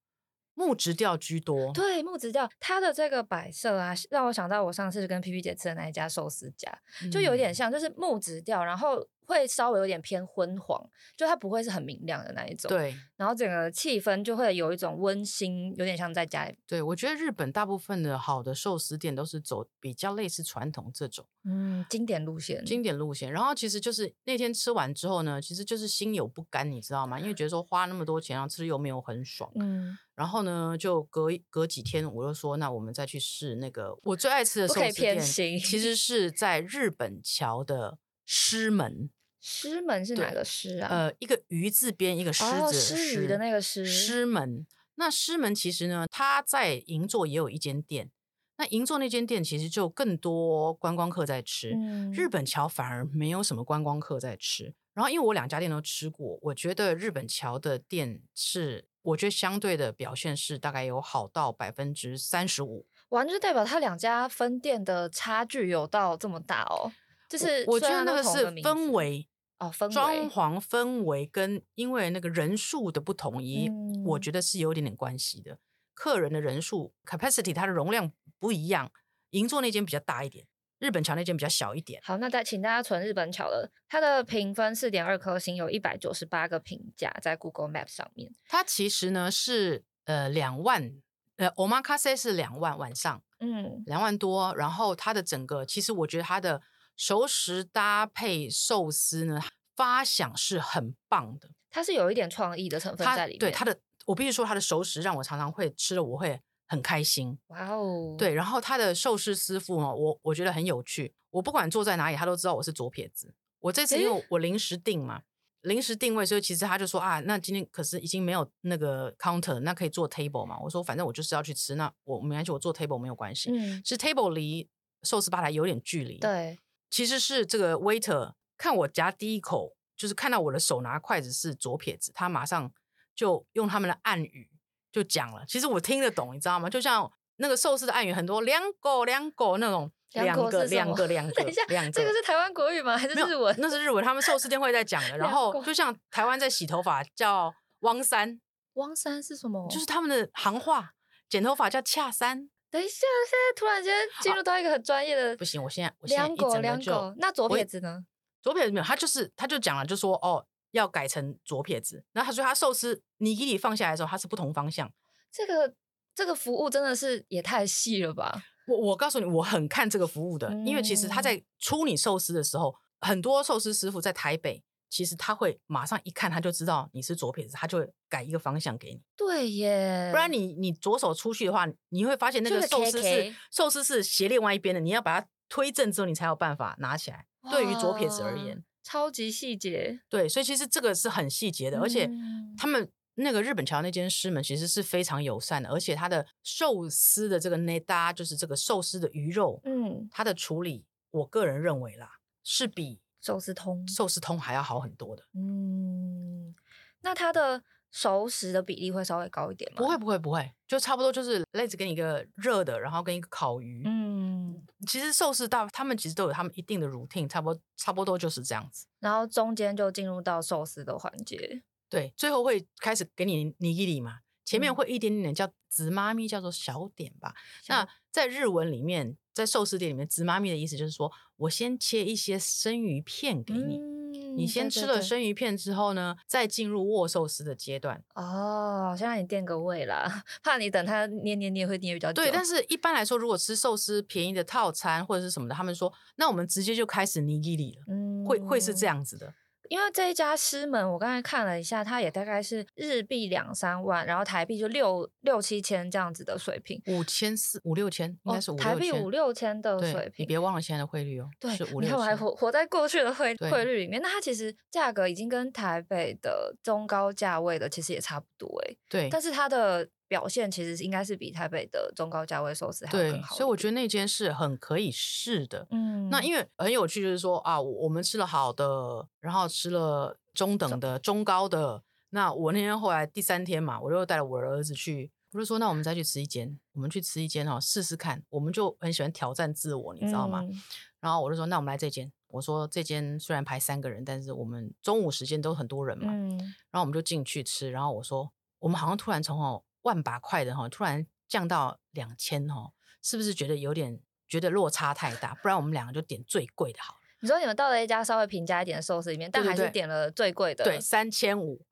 [SPEAKER 3] 木质调居多。
[SPEAKER 2] 对木质调，它的这个摆设啊，让我想到我上次跟皮皮姐吃的那一家寿司家，就有点
[SPEAKER 3] 嗯
[SPEAKER 2] 像，就是木质调，然后会稍微有点偏昏黄，就它不会是很明亮的那一种。，
[SPEAKER 3] 对
[SPEAKER 2] 然后整个气氛就会有一种温馨，有点像在家里。
[SPEAKER 3] 对，我觉得日本大部分的好的寿司店都是走比较类似传统这种
[SPEAKER 2] 嗯，经典路线。
[SPEAKER 3] 经典路线。然后其实就是那天吃完之后呢，其实就是心有不甘，你知道吗？因为觉得说花那么多钱，然后吃又没有很爽。
[SPEAKER 2] 嗯，
[SPEAKER 3] 然后呢，就隔一隔几天，我就说，那我们再去试那个我最爱吃的
[SPEAKER 2] 不
[SPEAKER 3] 寿
[SPEAKER 2] 可以
[SPEAKER 3] 司店，
[SPEAKER 2] 偏心
[SPEAKER 3] 其实是在日本桥的狮门，
[SPEAKER 2] 师门是哪
[SPEAKER 3] 对
[SPEAKER 2] 个师啊？
[SPEAKER 3] 呃，一个鱼字边，一个狮
[SPEAKER 2] 哦，
[SPEAKER 3] 子的
[SPEAKER 2] 诗雨的那个诗，
[SPEAKER 3] 狮门。那狮门其实呢，它在银座也有一间店，那银座那间店其实就更多观光客在吃，
[SPEAKER 2] 嗯
[SPEAKER 3] 日本桥反而没有什么观光客在吃。然后因为我两家店都吃过，我觉得日本桥的店是，我觉得相对的表现是大概有好到百分之三十五。
[SPEAKER 2] 完就代表它两家分店的差距有到这么大哦。就是
[SPEAKER 3] 我我觉
[SPEAKER 2] 虽
[SPEAKER 3] 得
[SPEAKER 2] 然
[SPEAKER 3] 那
[SPEAKER 2] 都
[SPEAKER 3] 个
[SPEAKER 2] 同
[SPEAKER 3] 是
[SPEAKER 2] 个名字
[SPEAKER 3] 氛围、
[SPEAKER 2] 哦，氛
[SPEAKER 3] 装
[SPEAKER 2] 围
[SPEAKER 3] 潢氛围跟因为那个人数的不统一，我
[SPEAKER 2] 嗯
[SPEAKER 3] 觉得是有一点点关系的。客人的人数 capacity 它的容量不一样，银座那间比较大一点，日本桥那间比较小一点。
[SPEAKER 2] 好，那大请大家存日本巧了，它的评分四点二颗星，有一百九十八个评价在 Google Map 上面。
[SPEAKER 3] 它其实呢是呃两万，呃 omakase 是两万晚上
[SPEAKER 2] 嗯，
[SPEAKER 3] 两万多，然后它的整个其实我觉得它的熟食搭配寿司呢发想是很棒的，
[SPEAKER 2] 它是有一点创意的成分
[SPEAKER 3] 它
[SPEAKER 2] 在里面。
[SPEAKER 3] 对它的我必须说它的熟食让我常常会吃了我会很开心。
[SPEAKER 2] 哇哦，，
[SPEAKER 3] 对，然后他的寿司师傅哦，我我觉得很有趣。我不管坐在哪里，他都知道我是左撇子。我这次因为我我临时订嘛，临时定位，所以其实他就说啊，那今天可是已经没有那个 counter，那可以坐 table 嘛？我说反正我就是要去吃，那我没关系，我坐 table 没有关系。
[SPEAKER 2] 嗯，
[SPEAKER 3] 是 table 离寿司吧台有点距离，，
[SPEAKER 2] 对，
[SPEAKER 3] 其实是这个 waiter 看我夹第一口，就是看到我的手拿筷子是左撇子，他马上就用他们的暗语就讲了。其实我听得懂，你知道吗？就像那个寿司的暗语，很多两狗两狗那种，
[SPEAKER 2] 两
[SPEAKER 3] 两
[SPEAKER 2] 狗
[SPEAKER 3] 个
[SPEAKER 2] 是什
[SPEAKER 3] 两
[SPEAKER 2] 么
[SPEAKER 3] 个两 个，
[SPEAKER 2] 等一下，
[SPEAKER 3] 两
[SPEAKER 2] 这个是台湾国语吗？还是
[SPEAKER 3] 没有
[SPEAKER 2] 日文？
[SPEAKER 3] 那是日文，他们寿司店会在 讲的。然
[SPEAKER 2] 两
[SPEAKER 3] 后
[SPEAKER 2] 狗
[SPEAKER 3] 就像台湾在洗头发叫汪三，
[SPEAKER 2] 汪山是什么？
[SPEAKER 3] 就是他们的行话。剪头发叫恰三，
[SPEAKER 2] 等一下，现在突然间进入到一个很专业的，
[SPEAKER 3] 不行，我现在我现在
[SPEAKER 2] 两
[SPEAKER 3] 一
[SPEAKER 2] 狗
[SPEAKER 3] 整个
[SPEAKER 2] 两
[SPEAKER 3] 就
[SPEAKER 2] 狗。那左
[SPEAKER 3] 我
[SPEAKER 2] 撇子呢？
[SPEAKER 3] 左撇子没有，他就是他就讲了，就说哦要改成左撇子。然后他说他寿司尼基里放下来的时候，它是不同方向。
[SPEAKER 2] 这个这个服务真的是也太细了吧？
[SPEAKER 3] 我我告诉你，我很看这个服务的，因为其实他在出你寿司的时候，很多寿司师傅在台北，其实他会马上一看他就知道你是左撇子，他就会改一个方向给你。
[SPEAKER 2] 对耶，
[SPEAKER 3] 不然你你左手出去的话，你会发现那
[SPEAKER 2] 就
[SPEAKER 3] 个
[SPEAKER 2] 是
[SPEAKER 3] 寿司
[SPEAKER 2] KK
[SPEAKER 3] 是寿司是斜另外一边的，你要把它推正之后，你才有办法拿起来。对于左撇子而
[SPEAKER 2] 哇
[SPEAKER 3] 言，
[SPEAKER 2] 超级细节，
[SPEAKER 3] 对，所以其实这个是很细节的，而且
[SPEAKER 2] 嗯
[SPEAKER 3] 他们那个日本桥那间师门其实是非常友善的，而且它的寿司的这个内搭，就是这个寿司的鱼肉，
[SPEAKER 2] 嗯，
[SPEAKER 3] 它的处理，我个人认为啦，是比
[SPEAKER 2] 寿司通，
[SPEAKER 3] 寿司通还要好很多的。
[SPEAKER 2] 嗯，那它的熟食的比例会稍微高一点吗？
[SPEAKER 3] 不会，，不会，不会，就差不多就是类似给你一个热的，然后跟一个烤鱼。
[SPEAKER 2] 嗯，
[SPEAKER 3] 其实寿司大他们其实都有他们一定的 routine，差不多差不多就是这样子。
[SPEAKER 2] 然后中间就进入到寿司的环节，
[SPEAKER 3] 对，最后会开始给你尼基里嘛，前面
[SPEAKER 2] 嗯
[SPEAKER 3] 会一点点叫紫妈咪，叫做小点吧。那
[SPEAKER 2] 小
[SPEAKER 3] 在日文里面，在寿司店里面，紫妈咪的意思就是说我先切一些生鱼片给你，
[SPEAKER 2] 嗯
[SPEAKER 3] 你先
[SPEAKER 2] 对
[SPEAKER 3] 吃
[SPEAKER 2] 对
[SPEAKER 3] 了
[SPEAKER 2] 对
[SPEAKER 3] 生鱼片之后呢，再进入握寿司的阶段。
[SPEAKER 2] 哦，先让你垫个胃啦， 怕你等它捏捏捏会捏比较久。
[SPEAKER 3] 对，但是一般来说，如果吃寿司便宜的套餐或者是什么的，他们说那我们直接就开始尼基里了，
[SPEAKER 2] 嗯
[SPEAKER 3] 会会是这。样子的。
[SPEAKER 2] 因为这一家师门，我刚才看了一下，它也大概是日币两三万，然后台币就六六七千这样子的水平，
[SPEAKER 3] 五千四五六千，应该是
[SPEAKER 2] 哦、
[SPEAKER 3] 五
[SPEAKER 2] 台
[SPEAKER 3] 六
[SPEAKER 2] 币
[SPEAKER 3] 千，
[SPEAKER 2] 五六千的水
[SPEAKER 3] 对，你
[SPEAKER 2] 平。
[SPEAKER 3] 别忘了现在的汇率哦，
[SPEAKER 2] 对
[SPEAKER 3] 是，五
[SPEAKER 2] 你
[SPEAKER 3] 六
[SPEAKER 2] 看我还
[SPEAKER 3] 千。
[SPEAKER 2] 活活在过去的汇
[SPEAKER 3] 对
[SPEAKER 2] 汇率里面，那它其实价格已经跟台北的中高价位的其实也差不多诶、
[SPEAKER 3] 对，
[SPEAKER 2] 但是它的表现其实应该是比台北的中高价位寿司还要
[SPEAKER 3] 对
[SPEAKER 2] 更，好。
[SPEAKER 3] 所以我觉得，那间是很可以试的。
[SPEAKER 2] 嗯，
[SPEAKER 3] 那因为很有趣，就是说啊，我我们吃了好的，然后吃了中等的、中高的。那我那天后来第三天嘛，我就带了我的儿子去，我就说那我们再去吃一间，我们去吃一间哦，试试看。我们就很喜欢挑战自我，你知道吗？
[SPEAKER 2] 嗯
[SPEAKER 3] 然后我就说那我们来这间。我说这间虽然排三个人，但是我们中午时间都很多人嘛，
[SPEAKER 2] 嗯，
[SPEAKER 3] 然后我们就进去吃。然后我说我们好像突然从哦万把块的哈，突然降到两千哦，是不是觉得有点觉得落差太大？不然我们两个就点最贵的好了。
[SPEAKER 2] 你说你们到了一家稍微平价一点的寿司里面，但
[SPEAKER 3] 对对
[SPEAKER 2] 还是
[SPEAKER 3] 对
[SPEAKER 2] 点了最贵的，
[SPEAKER 3] 对，三千五，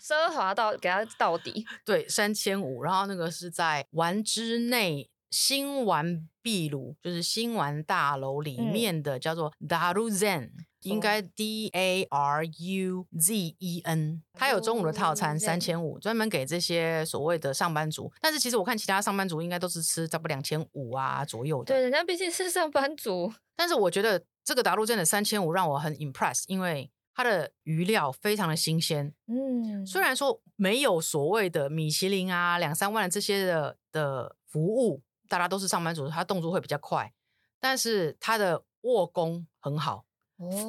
[SPEAKER 2] 奢华到给它到底。
[SPEAKER 3] 对，三千五。然后那个是在丸之内新丸壁炉，就是新丸大楼里
[SPEAKER 2] 嗯
[SPEAKER 3] 面的，叫做 Daruzen，应
[SPEAKER 2] 哦
[SPEAKER 3] 该 D A R U Z E N。它有中午的套餐，三
[SPEAKER 2] Daruzen
[SPEAKER 3] 千五，专门给这些所谓的上班族。但是其实我看其他上班族应该都是吃差不多两千五啊左右的。
[SPEAKER 2] 对，人家毕竟是上班族，
[SPEAKER 3] 但是我觉得这个达陆镇的三千五让我很 impress，因为它的鱼料非常的新鲜，
[SPEAKER 2] 嗯，
[SPEAKER 3] 虽然说没有所谓的米其林啊两三万的这些的的服务，大家都是上班族，他动作会比较快，但是他的握功很好，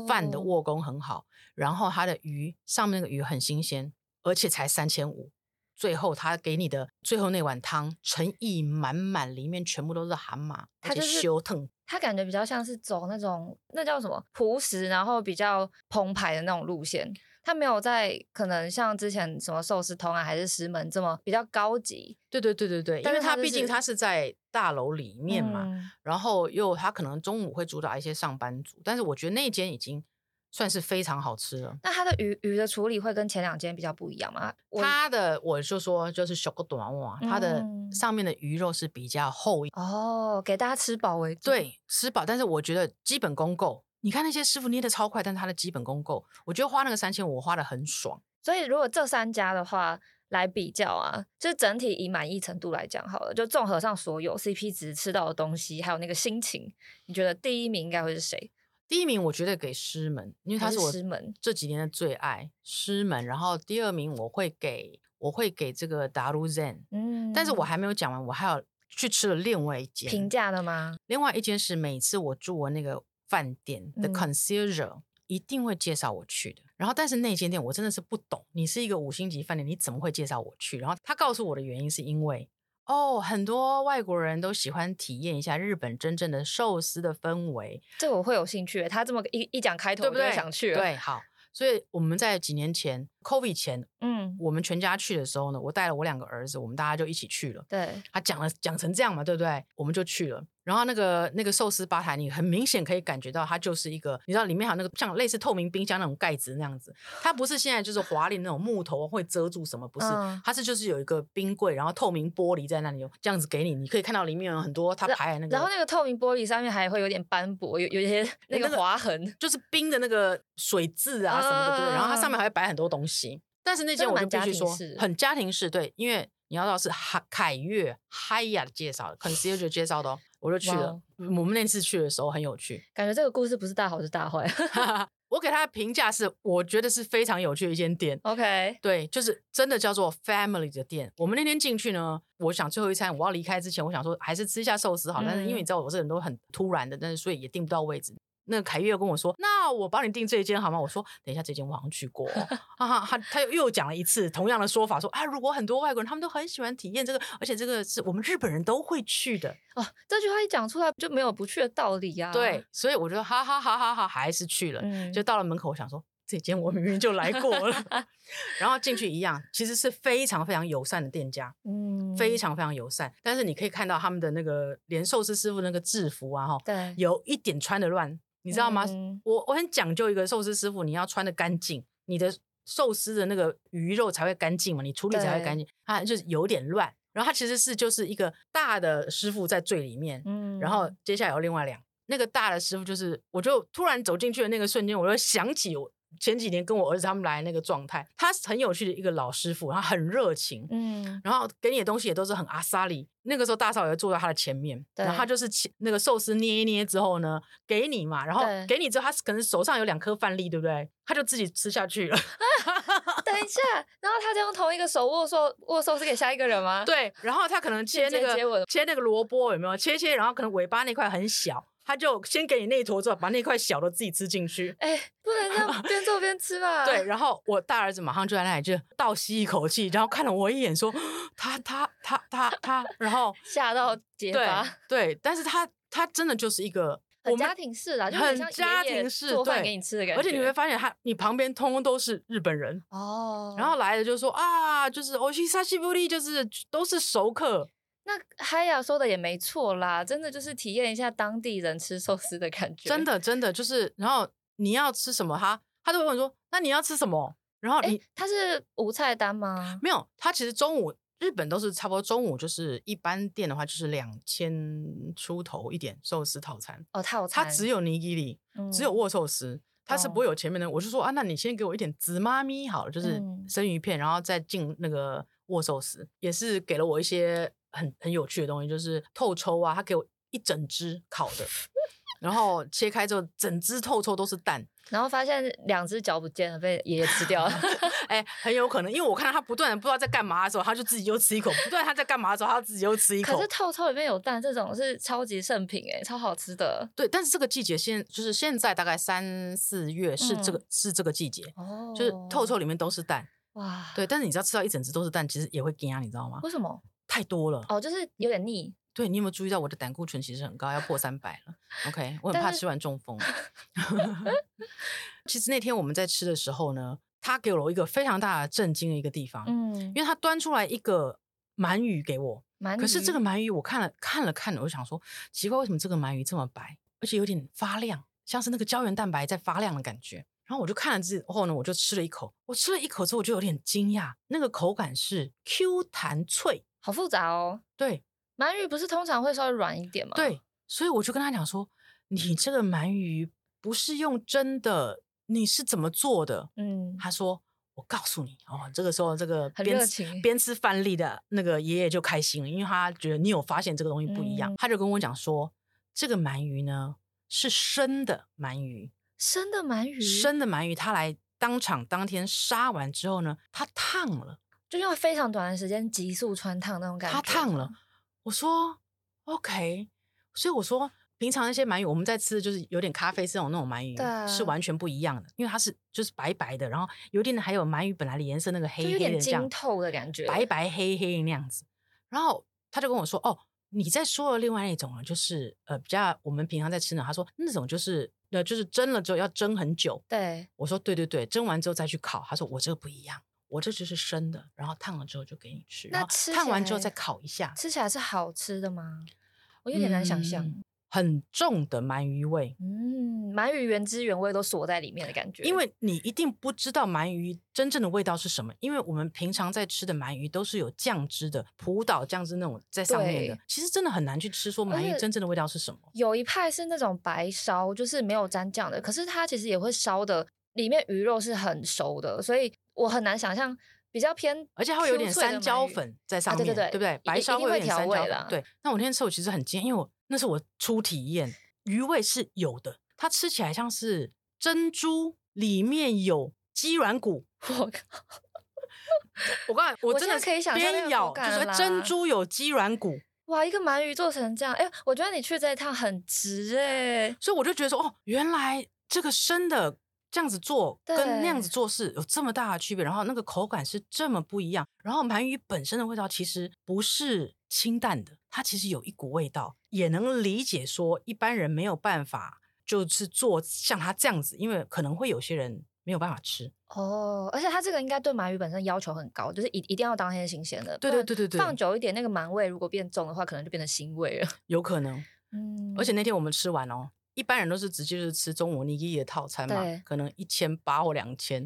[SPEAKER 3] 饭的
[SPEAKER 2] 哦
[SPEAKER 3] 握功很好，然后它的鱼上面那个鱼很新鲜，而且才三千五。最后他给你的最后那碗汤诚意满满，里面全部都是蛤蟆，
[SPEAKER 2] 它
[SPEAKER 3] 而且
[SPEAKER 2] 就是
[SPEAKER 3] 修腾
[SPEAKER 2] 他感觉比较像是走那种那叫什么朴实，然后比较澎湃的那种路线。他没有在可能像之前什么寿司通啊，还是石门这么比较高级
[SPEAKER 3] 对对对对对，因
[SPEAKER 2] 但
[SPEAKER 3] 为
[SPEAKER 2] 是它
[SPEAKER 3] 它
[SPEAKER 2] 就
[SPEAKER 3] 毕竟
[SPEAKER 2] 是
[SPEAKER 3] 它是在大楼里面嘛，
[SPEAKER 2] 嗯
[SPEAKER 3] 然后又它可能中午会主打一些上班族，但是我觉得那间已经算是非常好吃了。
[SPEAKER 2] 那它的鱼鱼的处理会跟前两间比较不一样吗？我
[SPEAKER 3] 它的我就说就是小个短碗，它的
[SPEAKER 2] 嗯
[SPEAKER 3] 上面的鱼肉是比较厚一，
[SPEAKER 2] 哦，给大家吃饱为主。，
[SPEAKER 3] 对，吃饱，但是我觉得基本功够。你看那些师傅捏的超快，但是他的基本功够，我觉得花那个三千五，我花的很爽。
[SPEAKER 2] 所以如果这三家的话来比较啊，就是整体以满意程度来讲好了，就综合上所有 CP 值吃到的东西，还有那个心情，你觉得第一名应该会是谁？
[SPEAKER 3] 第一名我觉得给师门，因为
[SPEAKER 2] 还
[SPEAKER 3] 他
[SPEAKER 2] 是
[SPEAKER 3] 是我
[SPEAKER 2] 师门
[SPEAKER 3] 这几年的最爱，师门。然后第二名我会给我会给这个达鲁 Zen，
[SPEAKER 2] 嗯
[SPEAKER 3] 但是我还没有讲完，我还有去吃了另外一间
[SPEAKER 2] 评价的吗？
[SPEAKER 3] 另外一间是每次我住我那个饭店的
[SPEAKER 2] 嗯
[SPEAKER 3] concierge、一定会介绍我去的。然后，但是那间店我真的是不懂，你是一个五星级饭店，你怎么会介绍我去？然后他告诉我的原因是因为。哦，很多外国人都喜欢体验一下日本真正的寿司的氛围，
[SPEAKER 2] 这我会有兴趣耶。他这么一一讲开头，
[SPEAKER 3] 对
[SPEAKER 2] 我
[SPEAKER 3] 不
[SPEAKER 2] 就会
[SPEAKER 3] 对？
[SPEAKER 2] 想去了。
[SPEAKER 3] 对，好，所以我们在几年前 COVID 前，
[SPEAKER 2] 嗯，
[SPEAKER 3] 我们全家去的时候呢，我带了我两个儿子，我们大家就一起去了。
[SPEAKER 2] 对，
[SPEAKER 3] 他讲了讲成这样嘛，对不对？我们就去了。然后那个那个寿司吧台，你很明显可以感觉到它就是一个，你知道里面还有那个像类似透明冰箱那种盖子那样子，它不是现在就是华丽那种木头会遮住什么，不是，
[SPEAKER 2] 嗯
[SPEAKER 3] 它是就是有一个冰柜，然后透明玻璃在那里有这样子给你，你可以看到里面有很多它排的那个，
[SPEAKER 2] 然后那个透明玻璃上面还会有点斑驳，有有一些那
[SPEAKER 3] 哎那
[SPEAKER 2] 个
[SPEAKER 3] 个
[SPEAKER 2] 划痕，
[SPEAKER 3] 就是冰的那个水渍啊什么的，对不对然后它
[SPEAKER 2] 嗯
[SPEAKER 3] 上面还会摆很多东西。但是那
[SPEAKER 2] 真
[SPEAKER 3] 间
[SPEAKER 2] 的
[SPEAKER 3] 我就
[SPEAKER 2] 蛮家
[SPEAKER 3] 必须
[SPEAKER 2] 庭
[SPEAKER 3] 说
[SPEAKER 2] 式，
[SPEAKER 3] 很家庭式，对，因为你要知道是海凯悦嗨呀介绍的，concierge 介绍的、哦，我就去
[SPEAKER 2] 哇
[SPEAKER 3] 了嗯
[SPEAKER 2] 哦。
[SPEAKER 3] 我们那次去的时候很有趣，
[SPEAKER 2] 感觉这个故事不是大好是大坏。
[SPEAKER 3] 我给他的评价是，我觉得是非常有趣的一间店。
[SPEAKER 2] OK，
[SPEAKER 3] 对，就是真的叫做 family 的店。我们那天进去呢，我想最后一餐我要离开之前，我想说还是吃一下寿司好了，但是因为
[SPEAKER 2] 嗯
[SPEAKER 3] 你知道我这人都很突然的，但是所以也订不到位置。那个凯越跟我说：“那我帮你订这一间好吗？”我说：“等一下，这间我好像去过、哦。”啊，他他又讲了一次同样的说法，说：“啊，如果很多外国人他们都很喜欢体验这个，而且这个是我们日本人都会去的。
[SPEAKER 2] 哦，这句话一讲出来就没有不去的道理啊。
[SPEAKER 3] 对，，所以我就说：“哈哈哈哈哈，还是去了。
[SPEAKER 2] 嗯，
[SPEAKER 3] 就到了门口，我想说这间我明明就来过了， 然后进去一样，其实是非常非常友善的店家，
[SPEAKER 2] 嗯
[SPEAKER 3] 非常非常友善。但是你可以看到他们的那个连寿司师傅那个制服啊，哈，
[SPEAKER 2] 对，
[SPEAKER 3] 有一点穿的乱，你知道吗？
[SPEAKER 2] 嗯
[SPEAKER 3] 我我很讲究一个寿司师傅，你要穿的干净，你的寿司的那个鱼肉才会干净嘛，你处理才会
[SPEAKER 2] 对
[SPEAKER 3] 干净，它就是有点乱。然后它其实是就是一个大的师傅在最里面，
[SPEAKER 2] 嗯
[SPEAKER 3] 然后接下来有另外两那个大的师傅，就是我就突然走进去的那个瞬间，我就想起我前几年跟我儿子他们来的那个状态，他是很有趣的一个老师傅，他很热情。
[SPEAKER 2] 嗯，
[SPEAKER 3] 然后给你的东西也都是很阿萨里，那个时候大嫂也会坐在他的前面，
[SPEAKER 2] 对
[SPEAKER 3] 然后他就是切那个寿司捏一捏之后呢，给你嘛，然后
[SPEAKER 2] 对
[SPEAKER 3] 给你之后，他可能手上有两颗饭粒，对不对？他就自己吃下去了。 啊
[SPEAKER 2] 等一下，然后他就用同一个手握寿握寿司给下一个人吗？，
[SPEAKER 3] 对，然后他可能切那
[SPEAKER 2] 间接
[SPEAKER 3] 个
[SPEAKER 2] 吻
[SPEAKER 3] 切那个萝卜有没有切切，然后可能尾巴那块很小，他就先给你那一坨之后，把那块小的自己吃进去。
[SPEAKER 2] 哎，不能这 样边做边吃 吧？
[SPEAKER 3] 对，，然后我大儿子马上就在那里就倒吸一口气，然后看了我一眼说，他他他他他，然 后
[SPEAKER 2] 吓到结
[SPEAKER 3] 对
[SPEAKER 2] 巴。
[SPEAKER 3] 对，但是他他真的就是一个我
[SPEAKER 2] 很
[SPEAKER 3] 们
[SPEAKER 2] 家，庭式啦，就
[SPEAKER 3] 很
[SPEAKER 2] 很像
[SPEAKER 3] 家
[SPEAKER 2] 爷爷
[SPEAKER 3] 庭式
[SPEAKER 2] 做饭
[SPEAKER 3] 对
[SPEAKER 2] 给你吃的感觉。
[SPEAKER 3] 而且你会发现他你旁边通通都是日本人，
[SPEAKER 2] 哦，
[SPEAKER 3] 然后来了就说啊，就是我去沙西布利，就是都是熟客，
[SPEAKER 2] 那嗨呀说的也没错啦，真的就是体验一下当地人吃寿司的感觉。
[SPEAKER 3] 真，的真的就是，然后你要吃什么，他他就会问说，那你要吃什么？然后
[SPEAKER 2] 哎、
[SPEAKER 3] 你、
[SPEAKER 2] 它是无菜单吗？
[SPEAKER 3] 没有，他其实中午日本都是差不多中午就是一般店的话就是两千出头一点寿司套餐，
[SPEAKER 2] 哦，套
[SPEAKER 3] 它
[SPEAKER 2] 餐，
[SPEAKER 3] 只有尼基里，只有
[SPEAKER 2] 嗯
[SPEAKER 3] 握寿司，它是不会
[SPEAKER 2] 哦
[SPEAKER 3] 有前面的。我就说啊，那你先给我一点紫妈咪好了，就是
[SPEAKER 2] 嗯
[SPEAKER 3] 生鱼片，然后再进那个握寿司，也是给了我一些很很有趣的东西，就是透抽啊，他给我一整只烤的。然后切开之后，整只透抽都是蛋，
[SPEAKER 2] 然后发现两只脚不见了，被爷爷吃掉 了。
[SPEAKER 3] 哎，很有可能，因为我看到他不断的不知道在干嘛的时候，他就自己又吃一口；不断地他在干嘛的时候，他自己又吃一口。
[SPEAKER 2] 可是透透里面有蛋，这种是超级圣品哎、超好吃的
[SPEAKER 3] 对，但是这个季节现就是现在大概三四月是这个、是这个季节，
[SPEAKER 2] 嗯哦
[SPEAKER 3] 就是透抽里面都是蛋。
[SPEAKER 2] 哇，
[SPEAKER 3] 对，，但是你知道吃到一整只都是蛋，其实也会惊啊，你知道吗？
[SPEAKER 2] 为什么？
[SPEAKER 3] 太多了。
[SPEAKER 2] 哦，就是有点腻，
[SPEAKER 3] 对你有没有注意到我的胆固醇其实很高，要破三百了？OK，我很
[SPEAKER 2] 但
[SPEAKER 3] 怕
[SPEAKER 2] 是
[SPEAKER 3] 吃完中 风。 其实那天我们在吃的时候呢，他给了我一个非常大的震惊的一个地方，
[SPEAKER 2] 嗯
[SPEAKER 3] 因，为他端出来一个鳗鱼给我，
[SPEAKER 2] 蛮。
[SPEAKER 3] 可是这个鳗鱼我看了看了看了，我就想说奇怪，为什么这个鳗鱼这么白，而且有点发亮，像是那个胶原蛋白在发亮的感觉。然后我就看了之后呢，我就吃了一口，我吃了一口之后我就有点惊讶，那个口感是 Q 弹脆，
[SPEAKER 2] 好复杂哦。
[SPEAKER 3] 对
[SPEAKER 2] 鳗鱼不是通常会稍微软一点吗？，
[SPEAKER 3] 对，所以我就跟他讲说，你这个鳗鱼不是用蒸的，你是怎么做的？
[SPEAKER 2] 嗯，
[SPEAKER 3] 他说。我告诉你哦，这个时候这个
[SPEAKER 2] 很
[SPEAKER 3] 边
[SPEAKER 2] 热
[SPEAKER 3] 吃
[SPEAKER 2] 情
[SPEAKER 3] 边吃饭粒的那个爷爷就开心了，因为他觉得你有发现这个东西不一样，
[SPEAKER 2] 嗯
[SPEAKER 3] 他就跟我讲说，这个鳗鱼呢是生的鳗鱼，
[SPEAKER 2] 生的鳗鱼，
[SPEAKER 3] 生的鳗鱼他来当场当天杀完之后呢，他烫了，
[SPEAKER 2] 就用非常短的时间急速穿烫那种感觉。
[SPEAKER 3] 他烫了，。我说 OK，所以我说平常那些鳗鱼我们在吃的就是有点咖啡这种那种鳗鱼
[SPEAKER 2] 对啊
[SPEAKER 3] 是完全不一样的，因为它是就是白白的，然后有点还有鳗鱼本来的颜色那个黑
[SPEAKER 2] 就有
[SPEAKER 3] 黑
[SPEAKER 2] 点
[SPEAKER 3] 的这样
[SPEAKER 2] 晶透的感觉
[SPEAKER 3] 白白黑黑的那样子。然后他就跟我说：“哦，你在说的另外一种呢，就是呃比较我们平常在吃呢。”他说那种就是呃就是蒸了之后要蒸很久。
[SPEAKER 2] 对，
[SPEAKER 3] 我说对对对，蒸完之后再去烤。他说我这个不一样，我这就是生的，然后烫了之后就给你吃，然
[SPEAKER 2] 那
[SPEAKER 3] 后
[SPEAKER 2] 吃
[SPEAKER 3] 烫
[SPEAKER 2] 起
[SPEAKER 3] 完之后
[SPEAKER 2] 来
[SPEAKER 3] 再烤一下，
[SPEAKER 2] 吃起来是好吃的吗？我有点难想象。
[SPEAKER 3] 嗯很重的鳗鱼味。
[SPEAKER 2] 嗯，鳗鱼原汁原味都锁在里面的感觉。
[SPEAKER 3] 因为你一定不知道鳗鱼真正的味道是什么，因为我们平常在吃的鳗鱼都是有酱汁的，浦岛酱汁那种在上面的
[SPEAKER 2] 对，
[SPEAKER 3] 其实真的很难去吃说
[SPEAKER 2] 而
[SPEAKER 3] 鳗鱼
[SPEAKER 2] 且
[SPEAKER 3] 真正的味道是什么。
[SPEAKER 2] 有一派是那种白烧，就是没有沾酱的，可是它其实也会烧的，里面鱼肉是很熟的，所以我很难想象比较偏 Q
[SPEAKER 3] 而且
[SPEAKER 2] 脆的鳗鱼，啊
[SPEAKER 3] 它会有点山椒粉在上
[SPEAKER 2] 对
[SPEAKER 3] 面，
[SPEAKER 2] 对对
[SPEAKER 3] 不对
[SPEAKER 2] 一？
[SPEAKER 3] 白
[SPEAKER 2] 一
[SPEAKER 3] 烧
[SPEAKER 2] 定
[SPEAKER 3] 有
[SPEAKER 2] 会
[SPEAKER 3] 点
[SPEAKER 2] 调
[SPEAKER 3] 山椒
[SPEAKER 2] 味
[SPEAKER 3] 粉
[SPEAKER 2] 啦。
[SPEAKER 3] 对，那我那天吃我其实很惊讶，因为我那是我初体验，鱼味是有的，它吃起来像是珍珠里面有鸡软骨。我
[SPEAKER 2] 我靠，
[SPEAKER 3] 刚才我
[SPEAKER 2] 我
[SPEAKER 3] 真
[SPEAKER 2] 现
[SPEAKER 3] 的
[SPEAKER 2] 在可以想象那
[SPEAKER 3] 边
[SPEAKER 2] 个口
[SPEAKER 3] 咬就
[SPEAKER 2] 感
[SPEAKER 3] 是
[SPEAKER 2] 了
[SPEAKER 3] 哎珍
[SPEAKER 2] 啦
[SPEAKER 3] 珠有鸡软骨，
[SPEAKER 2] 哇，一个鳗鱼做成这样，哎、我觉得你去这一趟很值哎、
[SPEAKER 3] 所以我就觉得说，哦，原来这个生的这样子做跟那样
[SPEAKER 2] 对
[SPEAKER 3] 子做是有这么大的区别，然后那个口感是这么不一样。然后鳗鱼本身的味道其实不是清淡的，它其实有一股味道，也能理解说一般人没有办法就是做像它这样子，因为可能会有些人没有办法吃。
[SPEAKER 2] 哦，而且它这个应该对鳗鱼本身要求很高，就是一一定要当天新鲜的，
[SPEAKER 3] 对
[SPEAKER 2] 不
[SPEAKER 3] 对
[SPEAKER 2] 然
[SPEAKER 3] 对对对
[SPEAKER 2] 放久一点那个鳗味如果变重的话，可能就变成腥味了。
[SPEAKER 3] 有可能。
[SPEAKER 2] 嗯，
[SPEAKER 3] 而且那天我们吃完哦。一般人都是直接就是吃中午尼基的套餐嘛
[SPEAKER 2] 对，
[SPEAKER 3] 可能一千八或两千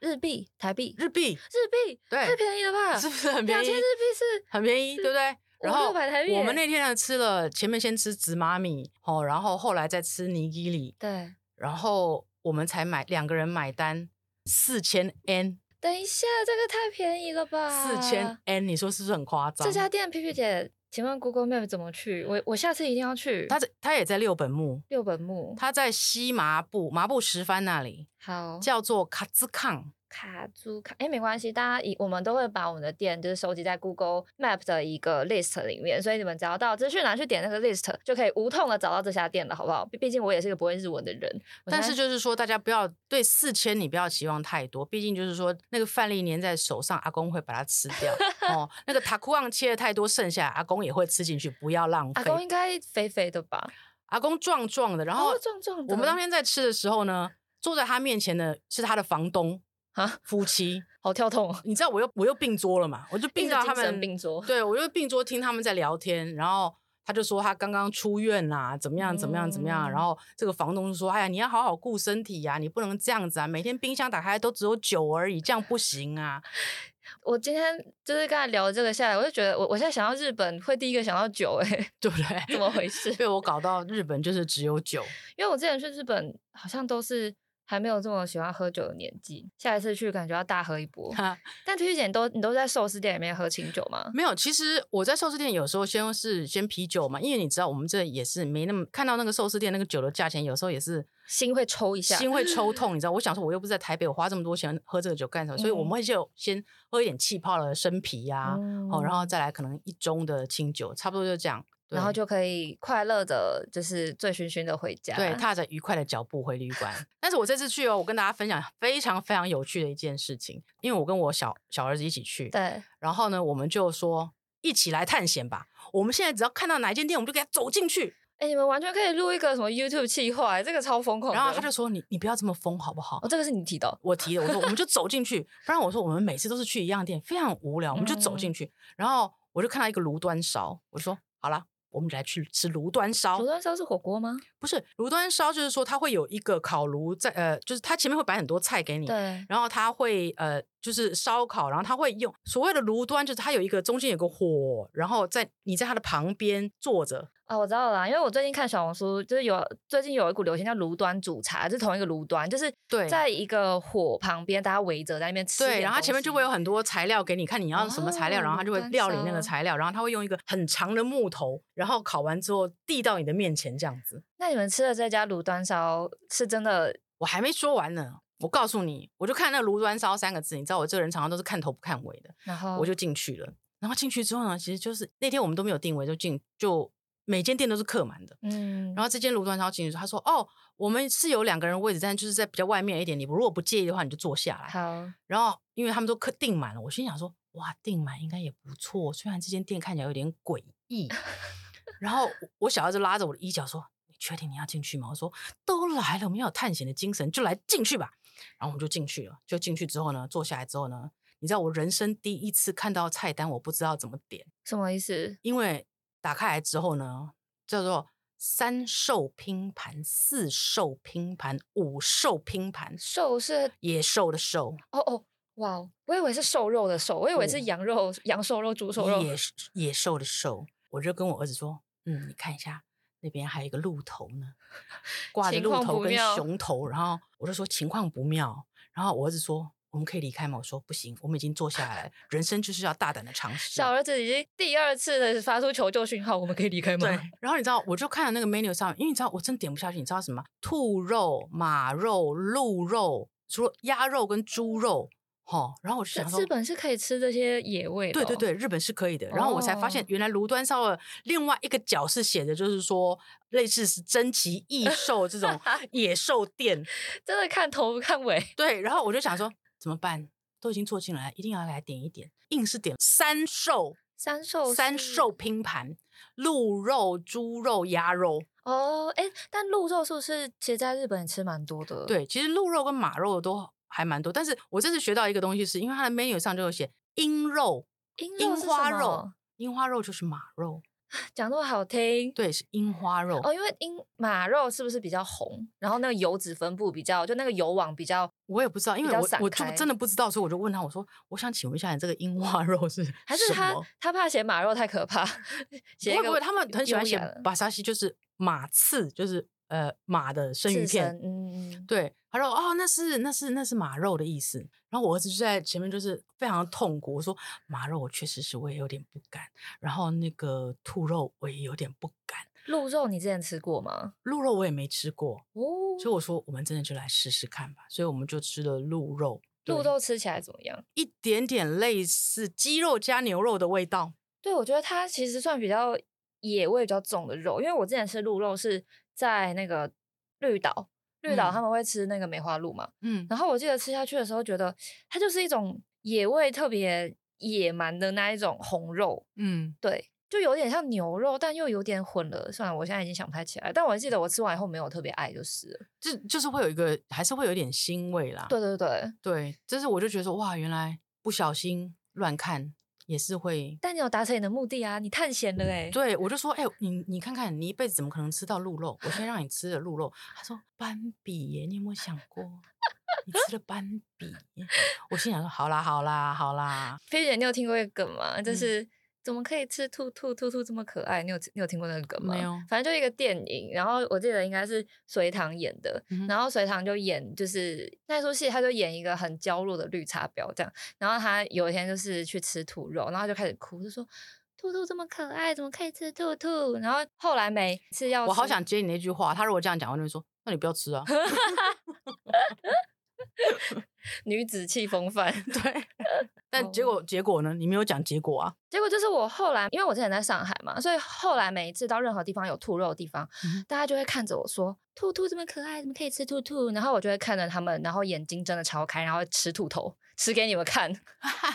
[SPEAKER 2] 日币、台币、
[SPEAKER 3] 日币，
[SPEAKER 2] 日币
[SPEAKER 3] 对
[SPEAKER 2] 太便宜了吧？
[SPEAKER 3] 是不是很便
[SPEAKER 2] 两
[SPEAKER 3] 宜？
[SPEAKER 2] 千日币是
[SPEAKER 3] 很便宜，对不对？然
[SPEAKER 2] 五
[SPEAKER 3] 后
[SPEAKER 2] 六百台币
[SPEAKER 3] 我们
[SPEAKER 2] 耶
[SPEAKER 3] 那天呢吃了，前面先吃紫妈米哦，然后后来再吃尼基里，
[SPEAKER 2] 对，
[SPEAKER 3] 然后我们才买两个人买单四千 n
[SPEAKER 2] 等一下，这个太便宜了吧？
[SPEAKER 3] 四千 n，你说是不是很夸张？
[SPEAKER 2] 这家店皮皮姐，请问 Google Map 怎么去？我我下次一定要去。
[SPEAKER 3] 他在他也在六本木，
[SPEAKER 2] 六本木，
[SPEAKER 3] 他在西麻布麻布十番那里，
[SPEAKER 2] 好
[SPEAKER 3] 叫做卡兹康。
[SPEAKER 2] 卡租卡，哎，没关系，大家以我们都会把我们的店就是收集在 Google Map 的一个 list 里面，所以你们只要到资讯栏去点那个 list，就可以无痛的找到这家店了，好不好？毕毕竟我也是个不会日文的人，我
[SPEAKER 3] 但
[SPEAKER 2] 现
[SPEAKER 3] 是
[SPEAKER 2] 在
[SPEAKER 3] 就是说，大家不要对四千你不要期望太多，毕竟就是说那个饭粒粘在手上，阿公会把它吃 掉哦。那个塔库昂切的太多，剩下来阿公也会吃进去，不要浪费。
[SPEAKER 2] 阿公应该肥肥的吧？
[SPEAKER 3] 阿公壮壮的，然后
[SPEAKER 2] 哦壮壮的，
[SPEAKER 3] 我们当天在吃的时候呢，坐在他面前的是他的房东
[SPEAKER 2] 啊
[SPEAKER 3] 夫妻
[SPEAKER 2] 好跳痛哦，
[SPEAKER 3] 你知道我又我又并桌了嘛，我就并到他
[SPEAKER 2] 一直精神
[SPEAKER 3] 们
[SPEAKER 2] 病桌，
[SPEAKER 3] 对，我就并桌听他们在聊天，然后他就说他刚刚出院啦、怎么样怎么样怎么样，然
[SPEAKER 2] 嗯
[SPEAKER 3] 后这个房东就说，哎呀，你要好好顾身体呀、你不能这样子啊，每天冰箱打开都只有酒而已，这样不行啊。
[SPEAKER 2] 我今天就是刚才聊这个下来，我就觉得我我现在想到日本会第一个想到酒、欸， 哎，
[SPEAKER 3] 对不对？
[SPEAKER 2] 怎么回事
[SPEAKER 3] 被我搞到日本就是只有酒，
[SPEAKER 2] 因为我之前去日本好像都是还没有这么喜欢喝酒的年纪，下一次去感觉要大喝一波。
[SPEAKER 3] 哈，
[SPEAKER 2] 但推姐，你都你都在寿司店里面喝清酒吗？
[SPEAKER 3] 没有。其实我在寿司店有时候先是先啤酒嘛，因为你知道我们这也是没那么看到那个寿司店那个酒的价钱，有时候也是
[SPEAKER 2] 心会抽一下
[SPEAKER 3] 心会抽痛。你知道，我想说我又不是在台北，我花这么多钱喝这个酒干什么？所以我
[SPEAKER 2] 嗯
[SPEAKER 3] 们会就先喝一点气泡的生啤呀、哦，然后再来可能一盅的清酒，差不多就这样。对
[SPEAKER 2] 嗯然后就可以快乐的，就是醉醺醺的回家。
[SPEAKER 3] 对，踏着愉快的脚步回旅馆。但是我这次去哦，我跟大家分享非常非常有趣的一件事情，因为我跟我小小儿子一起去，
[SPEAKER 2] 对，
[SPEAKER 3] 然后呢，我们就说一起来探险吧。我们现在只要看到哪一间店，我们就给他走进去。
[SPEAKER 2] 哎，你们完全可以录一个什么 YouTube 企划、欸，这个超疯狂的。
[SPEAKER 3] 然后他就说：“你你不要这么疯好不好？”
[SPEAKER 2] 哦，这个是你提的哦，
[SPEAKER 3] 我提的，我说我们就走进去，不然我说我们每次都是去一样店，非常无聊，我们就走进
[SPEAKER 2] 嗯
[SPEAKER 3] 去。然后我就看到一个炉端烧，我就说好了，我们来去吃炉端烧
[SPEAKER 2] 土。豆烧是火锅吗？
[SPEAKER 3] 不是炉端烧，就是说它会有一个烤炉在，呃，就是它前面会摆很多菜给你，
[SPEAKER 2] 对，
[SPEAKER 3] 然后它会呃就是烧烤，然后它会用所谓的炉端，就是它有一个中间有个火，然后在你在它的旁边坐着，
[SPEAKER 2] 哦，我知道了啦，因为我最近看小红书，就是有最近有一股流行叫炉端煮茶，是同一个炉端，就是
[SPEAKER 3] 对
[SPEAKER 2] 在一个火旁边，大家围着在那边吃。
[SPEAKER 3] 对，然后它前面就会有很多材料给你看，你要什么材料，然后
[SPEAKER 2] 哦
[SPEAKER 3] 它就会
[SPEAKER 2] 干
[SPEAKER 3] 料理那
[SPEAKER 2] 烧
[SPEAKER 3] 个材料，然后它会用一个很长的木头，然后烤完之后递到你的面前这样子。
[SPEAKER 2] 那你们吃的这家炉端烧是真的
[SPEAKER 3] 我还没说完呢，我告诉你，我就看那个炉端烧三个字，你知道我这个人常常都是看头不看尾的，
[SPEAKER 2] 然后
[SPEAKER 3] 我就进去了。嗯然后进去之后呢，其实就是那天我们都没有定位，就进就每间店都是客满的。
[SPEAKER 2] 嗯，
[SPEAKER 3] 然后这间炉端烧进去，他说：“哦，我们是有两个人位置，但就是在比较外面一点，你如果不介意的话，你就坐下来。”
[SPEAKER 2] 好，
[SPEAKER 3] 然后因为他们都客订满了，我心想说，哇，订满应该也不错，虽然这间店看起来有点诡异。然后我我小孩子拉着我的衣角说：“你确定你要进去吗？”我说：“都来了，我们要有探险的精神，就来进去吧。”然后我们就进去了。就进去之后呢，坐下来之后呢，你知道我人生第一次看到菜单，我不知道怎么点，
[SPEAKER 2] 什么意思？
[SPEAKER 3] 因为打开来之后呢，叫做三兽拼盘、四兽拼盘、五兽拼盘，
[SPEAKER 2] 瘦是
[SPEAKER 3] 野兽的兽，
[SPEAKER 2] 哦哦，哇哦，我以为是瘦肉的瘦，我以为是
[SPEAKER 3] 不
[SPEAKER 2] 羊肉、羊瘦肉、猪瘦肉。
[SPEAKER 3] 野兽野兽的兽，我就跟我儿子说，嗯，你看一下那边还有一个鹿头呢，挂着
[SPEAKER 2] 情
[SPEAKER 3] 鹿
[SPEAKER 2] 况
[SPEAKER 3] 头
[SPEAKER 2] 不
[SPEAKER 3] 跟
[SPEAKER 2] 妙
[SPEAKER 3] 熊头，然后我就说情况不妙，然后我儿子说我们可以离开吗？我说不行，我们已经坐下来了，人生就是要大胆的尝试
[SPEAKER 2] 小
[SPEAKER 3] 啊。
[SPEAKER 2] 儿子已经第二次的发出求救讯号，我们可以离开吗
[SPEAKER 3] 对？，然后你知道，我就看了那个 menu 上面，因为你知道我真的点不下去，你知道什么？兔肉、马肉、鹿肉，除了鸭肉跟猪肉，哈，然后我就想说，
[SPEAKER 2] 日本是可以吃这些野味的、
[SPEAKER 3] 对对，对，日本是可以的。然后我才发现
[SPEAKER 2] 哦，
[SPEAKER 3] 原来炉端烧的另外一个角是写的，就是说类似是珍奇异兽这 种野兽店。
[SPEAKER 2] 真的看头不看尾。
[SPEAKER 3] 对，然后我就想说怎么办？都已经坐进来，一定要来点一点，硬是点三兽
[SPEAKER 2] 三兽
[SPEAKER 3] 三
[SPEAKER 2] 是
[SPEAKER 3] 兽拼盘，鹿肉、猪肉、鸭肉。
[SPEAKER 2] 哦，哎，但鹿肉是不是其实在日本也吃蛮多的？，
[SPEAKER 3] 对，其实鹿肉跟马肉都还蛮多，但是我这次学到一个东西是，因为它的 menu 上就有写鹰肉、
[SPEAKER 2] 樱
[SPEAKER 3] 樱
[SPEAKER 2] 是什
[SPEAKER 3] 花肉
[SPEAKER 2] 么，
[SPEAKER 3] 樱花肉就是马肉，
[SPEAKER 2] 讲那么好听。
[SPEAKER 3] 对，是樱花肉。
[SPEAKER 2] 哦，因为樱马肉是不是比较红？然后那个油脂分布比较，就那个油网比较，
[SPEAKER 3] 我也不知道，因
[SPEAKER 2] 比
[SPEAKER 3] 为
[SPEAKER 2] 较
[SPEAKER 3] 我
[SPEAKER 2] 散
[SPEAKER 3] 我就
[SPEAKER 2] 开
[SPEAKER 3] 真的不知道，所以我就问他，我说我想请问一下，你这个樱花 肉是
[SPEAKER 2] 还是
[SPEAKER 3] 什
[SPEAKER 2] 他
[SPEAKER 3] 么
[SPEAKER 2] 他怕写马肉太可怕，
[SPEAKER 3] 不
[SPEAKER 2] 写一
[SPEAKER 3] 会不
[SPEAKER 2] 个
[SPEAKER 3] 会，他们很喜欢
[SPEAKER 2] 优
[SPEAKER 3] 写
[SPEAKER 2] 雅的
[SPEAKER 3] 巴沙西，就是马刺，就是呃马的生鱼
[SPEAKER 2] 刺身
[SPEAKER 3] 片。
[SPEAKER 2] 嗯，嗯
[SPEAKER 3] 对，他说哦，那是那是那是马肉的意思。然后我儿子就在前面就是非常痛苦，我说马肉我确实是我也有点不敢，然后那个兔肉我也有点不敢，
[SPEAKER 2] 鹿肉你之前吃过吗？
[SPEAKER 3] 鹿肉我也没吃过，
[SPEAKER 2] 哦，
[SPEAKER 3] 所以我说我们真的就来试试看吧。所以我们就吃了鹿肉，
[SPEAKER 2] 鹿
[SPEAKER 3] 对
[SPEAKER 2] 肉吃起来怎么样？
[SPEAKER 3] 一点点类似鸡肉加牛肉的味道。
[SPEAKER 2] 对，我觉得它其实算比较野味比较重的肉，因为我之前吃鹿肉是在那个绿岛，绿岛
[SPEAKER 3] 嗯
[SPEAKER 2] 他们会吃那个梅花鹿嘛，
[SPEAKER 3] 嗯，
[SPEAKER 2] 然后我记得吃下去的时候，觉得它就是一种野味特别野蛮的那一种红肉，
[SPEAKER 3] 嗯，
[SPEAKER 2] 对，就有点像牛肉，但又有点混了。算了，我现在已经想不太起来，但我还记得我吃完以后没有特别爱，就是了。
[SPEAKER 3] 就就是会有一个，还是会有一点腥味啦。
[SPEAKER 2] 对对对，
[SPEAKER 3] 对，就是我就觉得说，哇，原来不小心乱看也是会。
[SPEAKER 2] 但你有达成你的目的啊，你探险了哎、
[SPEAKER 3] 对，我就说，哎、你你看看，你一辈子怎么可能吃到鹿肉？我先让你吃了鹿肉。他说斑比耶，你有没有想过，你吃了斑比耶？我心想说，好啦，好啦，好啦，
[SPEAKER 2] 菲姐，你有听过一个梗吗？就
[SPEAKER 3] 嗯
[SPEAKER 2] 是、怎么可以吃兔兔？兔兔这么可爱，你有你有听过那个梗吗？
[SPEAKER 3] 没有
[SPEAKER 2] 反正就一个电影，然后我记得应该是隋唐演的，
[SPEAKER 3] 嗯哼
[SPEAKER 2] 然后隋唐就演就是那出戏，他就演一个很娇弱的绿茶婊这样。然后他有一天就是去吃兔肉，然后就开始哭，就说。兔兔这么可爱，怎么可以吃兔兔？然后后来每次要
[SPEAKER 3] 我好
[SPEAKER 2] 吃
[SPEAKER 3] 想接你那句话。他如果这样讲，我就会说，那你不要吃 啊。
[SPEAKER 2] 女子气 风范，对，
[SPEAKER 3] 但结果结果呢？你没有讲结果啊。
[SPEAKER 2] 结果就是我后来，因为我之前在上海嘛，所以后来每一次到任何地方有兔肉的地方，
[SPEAKER 3] 嗯哼
[SPEAKER 2] 大家就会看着我说：“兔兔这么可爱，怎么可以吃兔兔？”然后我就会看着他们，然后眼睛睁得超开，然后吃兔头，吃给你 们看，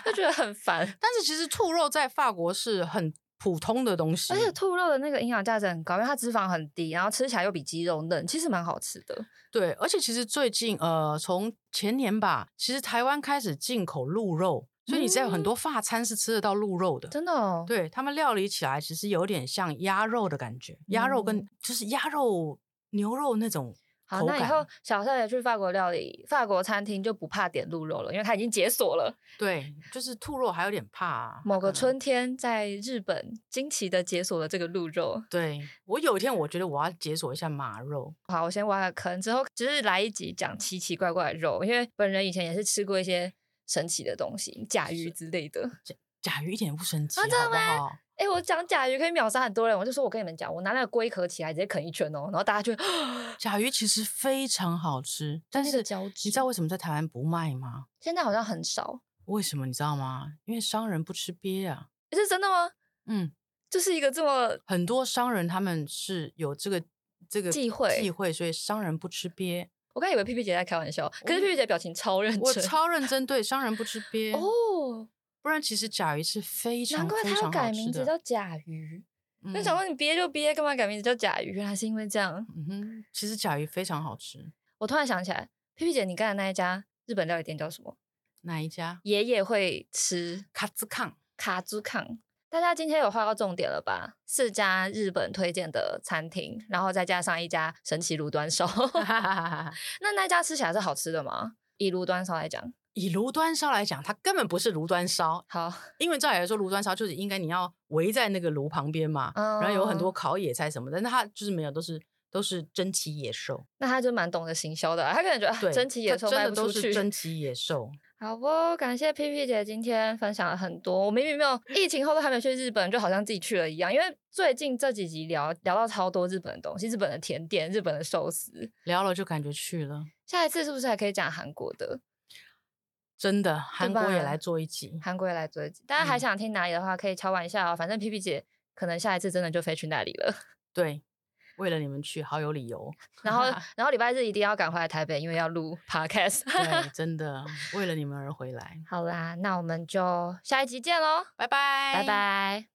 [SPEAKER 2] 就觉得很烦。
[SPEAKER 3] 但是其实兔肉在法国是很普通的东西，
[SPEAKER 2] 而且兔肉的那个营养价值很高，因为它脂肪很低，然后吃起来又比鸡肉嫩，其实蛮好吃的。
[SPEAKER 3] 对，而且其实最近呃，从前年吧，其实台湾开始进口鹿肉，所以你在很多法餐是吃得到鹿肉的。
[SPEAKER 2] 嗯真的哦，
[SPEAKER 3] 对他们料理起来，其实有点像鸭肉的感觉，鸭肉跟、
[SPEAKER 2] 嗯
[SPEAKER 3] 就是鸭肉、牛肉那种
[SPEAKER 2] 好，
[SPEAKER 3] 口
[SPEAKER 2] 那以
[SPEAKER 3] 感。
[SPEAKER 2] 后小少爷去法国料理、法国餐厅就不怕点鹿肉了，因为它已经解锁了。
[SPEAKER 3] 对，就是兔肉还有点怕、
[SPEAKER 2] 某
[SPEAKER 3] 可
[SPEAKER 2] 个
[SPEAKER 3] 能
[SPEAKER 2] 春天在日本惊奇的解锁了这个鹿肉。
[SPEAKER 3] 对我有一天，我觉得我要解锁一下马肉，
[SPEAKER 2] 好，我先挖个坑，之后只是来一集讲奇奇怪怪的肉，因为本人以前也是吃过一些神奇的东西，甲鱼之类的。
[SPEAKER 3] 甲鱼一点也不神奇，
[SPEAKER 2] 啊真的
[SPEAKER 3] 好不
[SPEAKER 2] 吗
[SPEAKER 3] 好？
[SPEAKER 2] 哎、我讲甲鱼可以秒杀很多人，我就说我跟你们讲，我拿那个龟壳起来直接啃一圈哦，然后大家就
[SPEAKER 3] 甲鱼其实非常好吃，但
[SPEAKER 2] 那个
[SPEAKER 3] 是
[SPEAKER 2] 胶
[SPEAKER 3] 你知道
[SPEAKER 2] 质
[SPEAKER 3] 为什么在台湾不卖吗？
[SPEAKER 2] 现在好像很少，
[SPEAKER 3] 为什么你知道吗？因为商人不吃鳖啊。
[SPEAKER 2] 是真的吗？
[SPEAKER 3] 嗯，
[SPEAKER 2] 就是一个这么
[SPEAKER 3] 很多商人他们是有这个这个
[SPEAKER 2] 忌讳
[SPEAKER 3] 忌讳，所以商人不吃鳖。
[SPEAKER 2] 我刚以为屁屁姐在开玩笑，可是
[SPEAKER 3] 我
[SPEAKER 2] 屁屁姐表情超认真。
[SPEAKER 3] 我超认真，对，商人不吃鳖。
[SPEAKER 2] 哦，
[SPEAKER 3] 不然其实甲鱼是非
[SPEAKER 2] 难
[SPEAKER 3] 常
[SPEAKER 2] 怪
[SPEAKER 3] 非
[SPEAKER 2] 她要
[SPEAKER 3] 常
[SPEAKER 2] 改
[SPEAKER 3] 好吃
[SPEAKER 2] 名字
[SPEAKER 3] 的。
[SPEAKER 2] 叫甲鱼。
[SPEAKER 3] 嗯
[SPEAKER 2] 那、想说你憋就憋，干嘛改名字叫甲鱼？原来是因为这样。
[SPEAKER 3] 嗯哼，其实甲鱼非常好吃。
[SPEAKER 2] 我突然想起来，屁屁姐，你刚才那一家日本料理店叫什么？
[SPEAKER 3] 哪一家？
[SPEAKER 2] 爷爷会吃
[SPEAKER 3] 卡兹 康。
[SPEAKER 2] 卡兹康。大家今天有划到重点了吧？四家日本推荐的餐厅，然后再加上一家神奇 炉端烧。那那家吃起来是好吃的吗？以炉端烧来讲，
[SPEAKER 3] 以炉端烧来讲，它根本不是炉端烧，
[SPEAKER 2] 好，
[SPEAKER 3] 因为照理来说，炉端烧就是应该你要围在那个炉旁边嘛，然后有很多
[SPEAKER 2] 哦
[SPEAKER 3] 烤野菜什么的，但它就是没有，都是都是珍奇野兽。
[SPEAKER 2] 那他就蛮懂得行销的啊、他可能觉得 啊
[SPEAKER 3] 对，
[SPEAKER 2] 珍奇野
[SPEAKER 3] 它
[SPEAKER 2] 兽
[SPEAKER 3] 真
[SPEAKER 2] 卖
[SPEAKER 3] 的
[SPEAKER 2] 不
[SPEAKER 3] 都
[SPEAKER 2] 出
[SPEAKER 3] 是
[SPEAKER 2] 去。
[SPEAKER 3] 珍奇野兽。
[SPEAKER 2] 好哦，感谢 P P 姐今天分享了很多。我明明没有疫情后都还没去日本，就好像自己去了一样。因为最近这几集聊聊到超多日本的东西，日本的甜点、日本的寿司。
[SPEAKER 3] 聊了就感觉去了，
[SPEAKER 2] 下一次是不是还可以讲韩国的？
[SPEAKER 3] 真的，韩国也
[SPEAKER 2] 吧
[SPEAKER 3] 来做一集。
[SPEAKER 2] 韩国也来做一集。大家还
[SPEAKER 3] 嗯
[SPEAKER 2] 想听哪里的话，可以敲完一下哦。反正 P P 姐可能下一次真的就飞去那里 了。
[SPEAKER 3] 对，为了你们去，好有理 由。
[SPEAKER 2] 然后，然后礼拜日一定要赶回来台北，因为要录 podcast。
[SPEAKER 3] 对，真的为了你们而回来。
[SPEAKER 2] 好啦，那我们就下一集见喽，
[SPEAKER 3] 拜拜，
[SPEAKER 2] 拜拜。